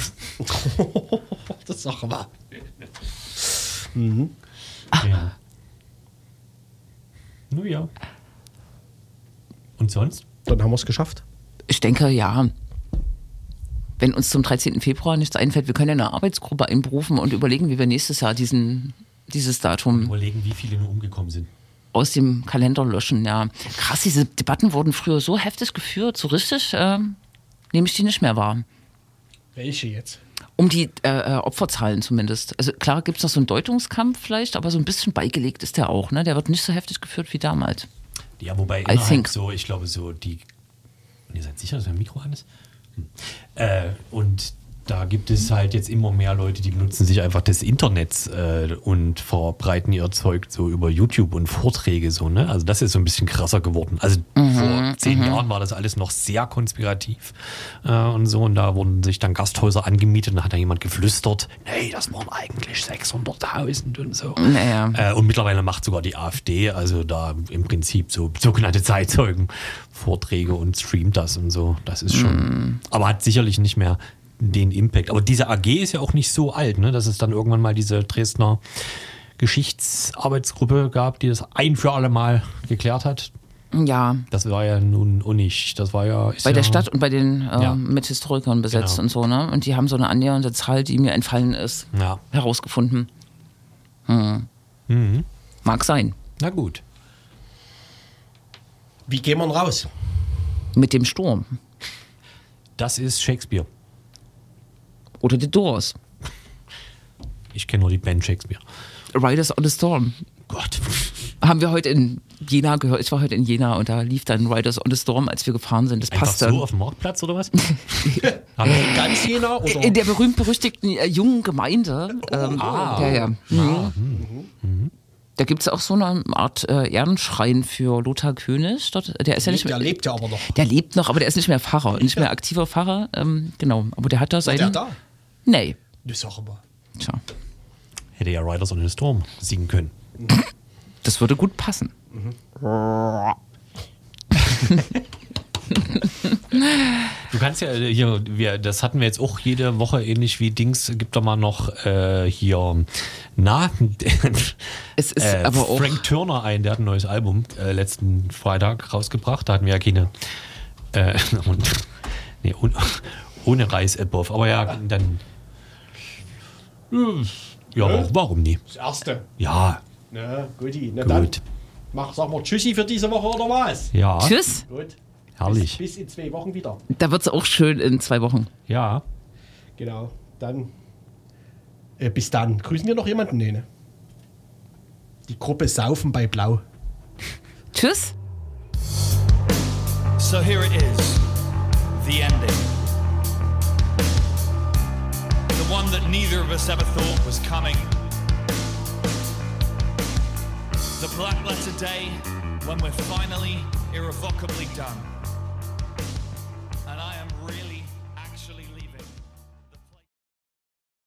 [SPEAKER 2] Das sag mal.
[SPEAKER 4] Ja. Nun ja. Und sonst?
[SPEAKER 2] Dann haben wir es geschafft.
[SPEAKER 3] Ich denke, ja. Wenn uns zum 13. Februar nichts einfällt, wir können eine Arbeitsgruppe einberufen und überlegen, wie wir nächstes Jahr diesen, dieses Datum
[SPEAKER 4] Überlegen, wie viele nur umgekommen sind.
[SPEAKER 3] aus dem Kalender löschen. Ja, krass, diese Debatten wurden früher so heftig geführt, so richtig ähm, nehme ich die nicht mehr wahr.
[SPEAKER 2] Welche jetzt?
[SPEAKER 3] Um die äh, äh, Opferzahlen zumindest. Also klar gibt es noch so einen Deutungskampf vielleicht, aber so ein bisschen beigelegt ist der auch. Ne? Der wird nicht so heftig geführt wie damals.
[SPEAKER 4] Ja, wobei innerhalb
[SPEAKER 3] think.
[SPEAKER 4] so, ich glaube so die. Und ihr seid sicher, dass mein Mikro an ist? Hm. Äh, und Da gibt es halt jetzt immer mehr Leute, die benutzen sich einfach des Internets äh, und verbreiten ihr Zeug so über YouTube und Vorträge so, ne? Also das ist so ein bisschen krasser geworden. Also vor zehn Jahren war das alles noch sehr konspirativ äh, und so und da wurden sich dann Gasthäuser angemietet und da hat dann jemand geflüstert, nee, das waren eigentlich 600.000 und so.
[SPEAKER 3] Naja.
[SPEAKER 4] Äh, und mittlerweile macht sogar die AfD, also da im Prinzip so sogenannte Zeitzeugen Vorträge und streamt das und so. Das ist schon.
[SPEAKER 3] Mm.
[SPEAKER 4] Aber hat sicherlich nicht mehr den Impact. Aber diese AG ist ja auch nicht so alt, ne? dass es dann irgendwann mal diese Dresdner Geschichtsarbeitsgruppe gab, die das ein für alle Mal geklärt hat.
[SPEAKER 3] Ja,
[SPEAKER 4] Das war ja nun auch nicht. Das war ja. Ist
[SPEAKER 3] bei
[SPEAKER 4] ja,
[SPEAKER 3] der Stadt und bei den äh,
[SPEAKER 4] Ja.
[SPEAKER 3] mit Historikern besetzt
[SPEAKER 4] Genau.
[SPEAKER 3] und so, ne? Und die haben so eine annähernde Zahl, die mir entfallen ist,
[SPEAKER 4] Ja.
[SPEAKER 3] herausgefunden. Hm.
[SPEAKER 4] Mhm.
[SPEAKER 3] Mag sein.
[SPEAKER 4] Na gut.
[SPEAKER 2] Wie gehen wir denn raus?
[SPEAKER 3] Mit dem Sturm.
[SPEAKER 4] Das ist Shakespeare.
[SPEAKER 3] Oder The Doors.
[SPEAKER 4] Ich kenne nur die Band Shakespeare.
[SPEAKER 3] Riders on the Storm.
[SPEAKER 4] Gott.
[SPEAKER 3] Haben wir heute in Jena gehört. Ich war heute in Jena und da lief dann Riders on the Storm, als wir gefahren sind. Das
[SPEAKER 4] Einfach
[SPEAKER 3] passte.
[SPEAKER 4] so auf dem Marktplatz oder was? Haben wir
[SPEAKER 2] Ganz Jena oder?
[SPEAKER 3] in Äh, der berühmt-berüchtigten äh, jungen Gemeinde. Ähm,
[SPEAKER 4] ah.
[SPEAKER 3] ja, ja. Mhm. Da gibt es auch so eine Art äh, Ehrenschrein für Lothar König. Dort, der ist ja nicht
[SPEAKER 2] lebt,
[SPEAKER 3] mehr.
[SPEAKER 2] der lebt ja aber noch.
[SPEAKER 3] Der lebt noch, aber der ist nicht mehr Pfarrer, nicht mehr aktiver Pfarrer. Ähm, genau, aber der hat da seinen.
[SPEAKER 2] Der da?
[SPEAKER 3] Nee.
[SPEAKER 2] Das sag mal.
[SPEAKER 3] Tja,
[SPEAKER 4] Hätte ja Riders on the Storm singen können.
[SPEAKER 3] das würde gut passen.
[SPEAKER 4] Du kannst ja äh, hier, wir, das hatten wir jetzt auch jede Woche ähnlich wie Dings, gibt doch mal noch äh, hier na, [LAUGHS] äh,
[SPEAKER 3] Es ist aber auch-
[SPEAKER 4] Frank Turner ein, der hat ein neues Album äh, letzten Freitag rausgebracht. Da hatten wir ja keine äh, [LAUGHS] und, nee, un, [LAUGHS] ohne Reis above. Aber ja, dann ja, warum nie?
[SPEAKER 2] Das erste.
[SPEAKER 4] Ja,
[SPEAKER 2] Na, guti. Na
[SPEAKER 4] Gut.
[SPEAKER 2] dann. Mach, sag mal Tschüssi für diese Woche oder was?
[SPEAKER 4] ja,
[SPEAKER 3] Tschüss.
[SPEAKER 2] Gut. Bis,
[SPEAKER 4] herrlich.
[SPEAKER 2] bis in zwei Wochen wieder.
[SPEAKER 3] Da wird es auch schön in zwei Wochen.
[SPEAKER 4] Ja,
[SPEAKER 2] Genau. Dann. Äh, bis dann. Grüßen wir noch jemanden? Nee, ne? Die Gruppe Saufen bei Blau.
[SPEAKER 3] Tschüss.
[SPEAKER 1] So here it is, the ending. The one that neither of us ever thought was coming. The black letter day when we're finally irrevocably done.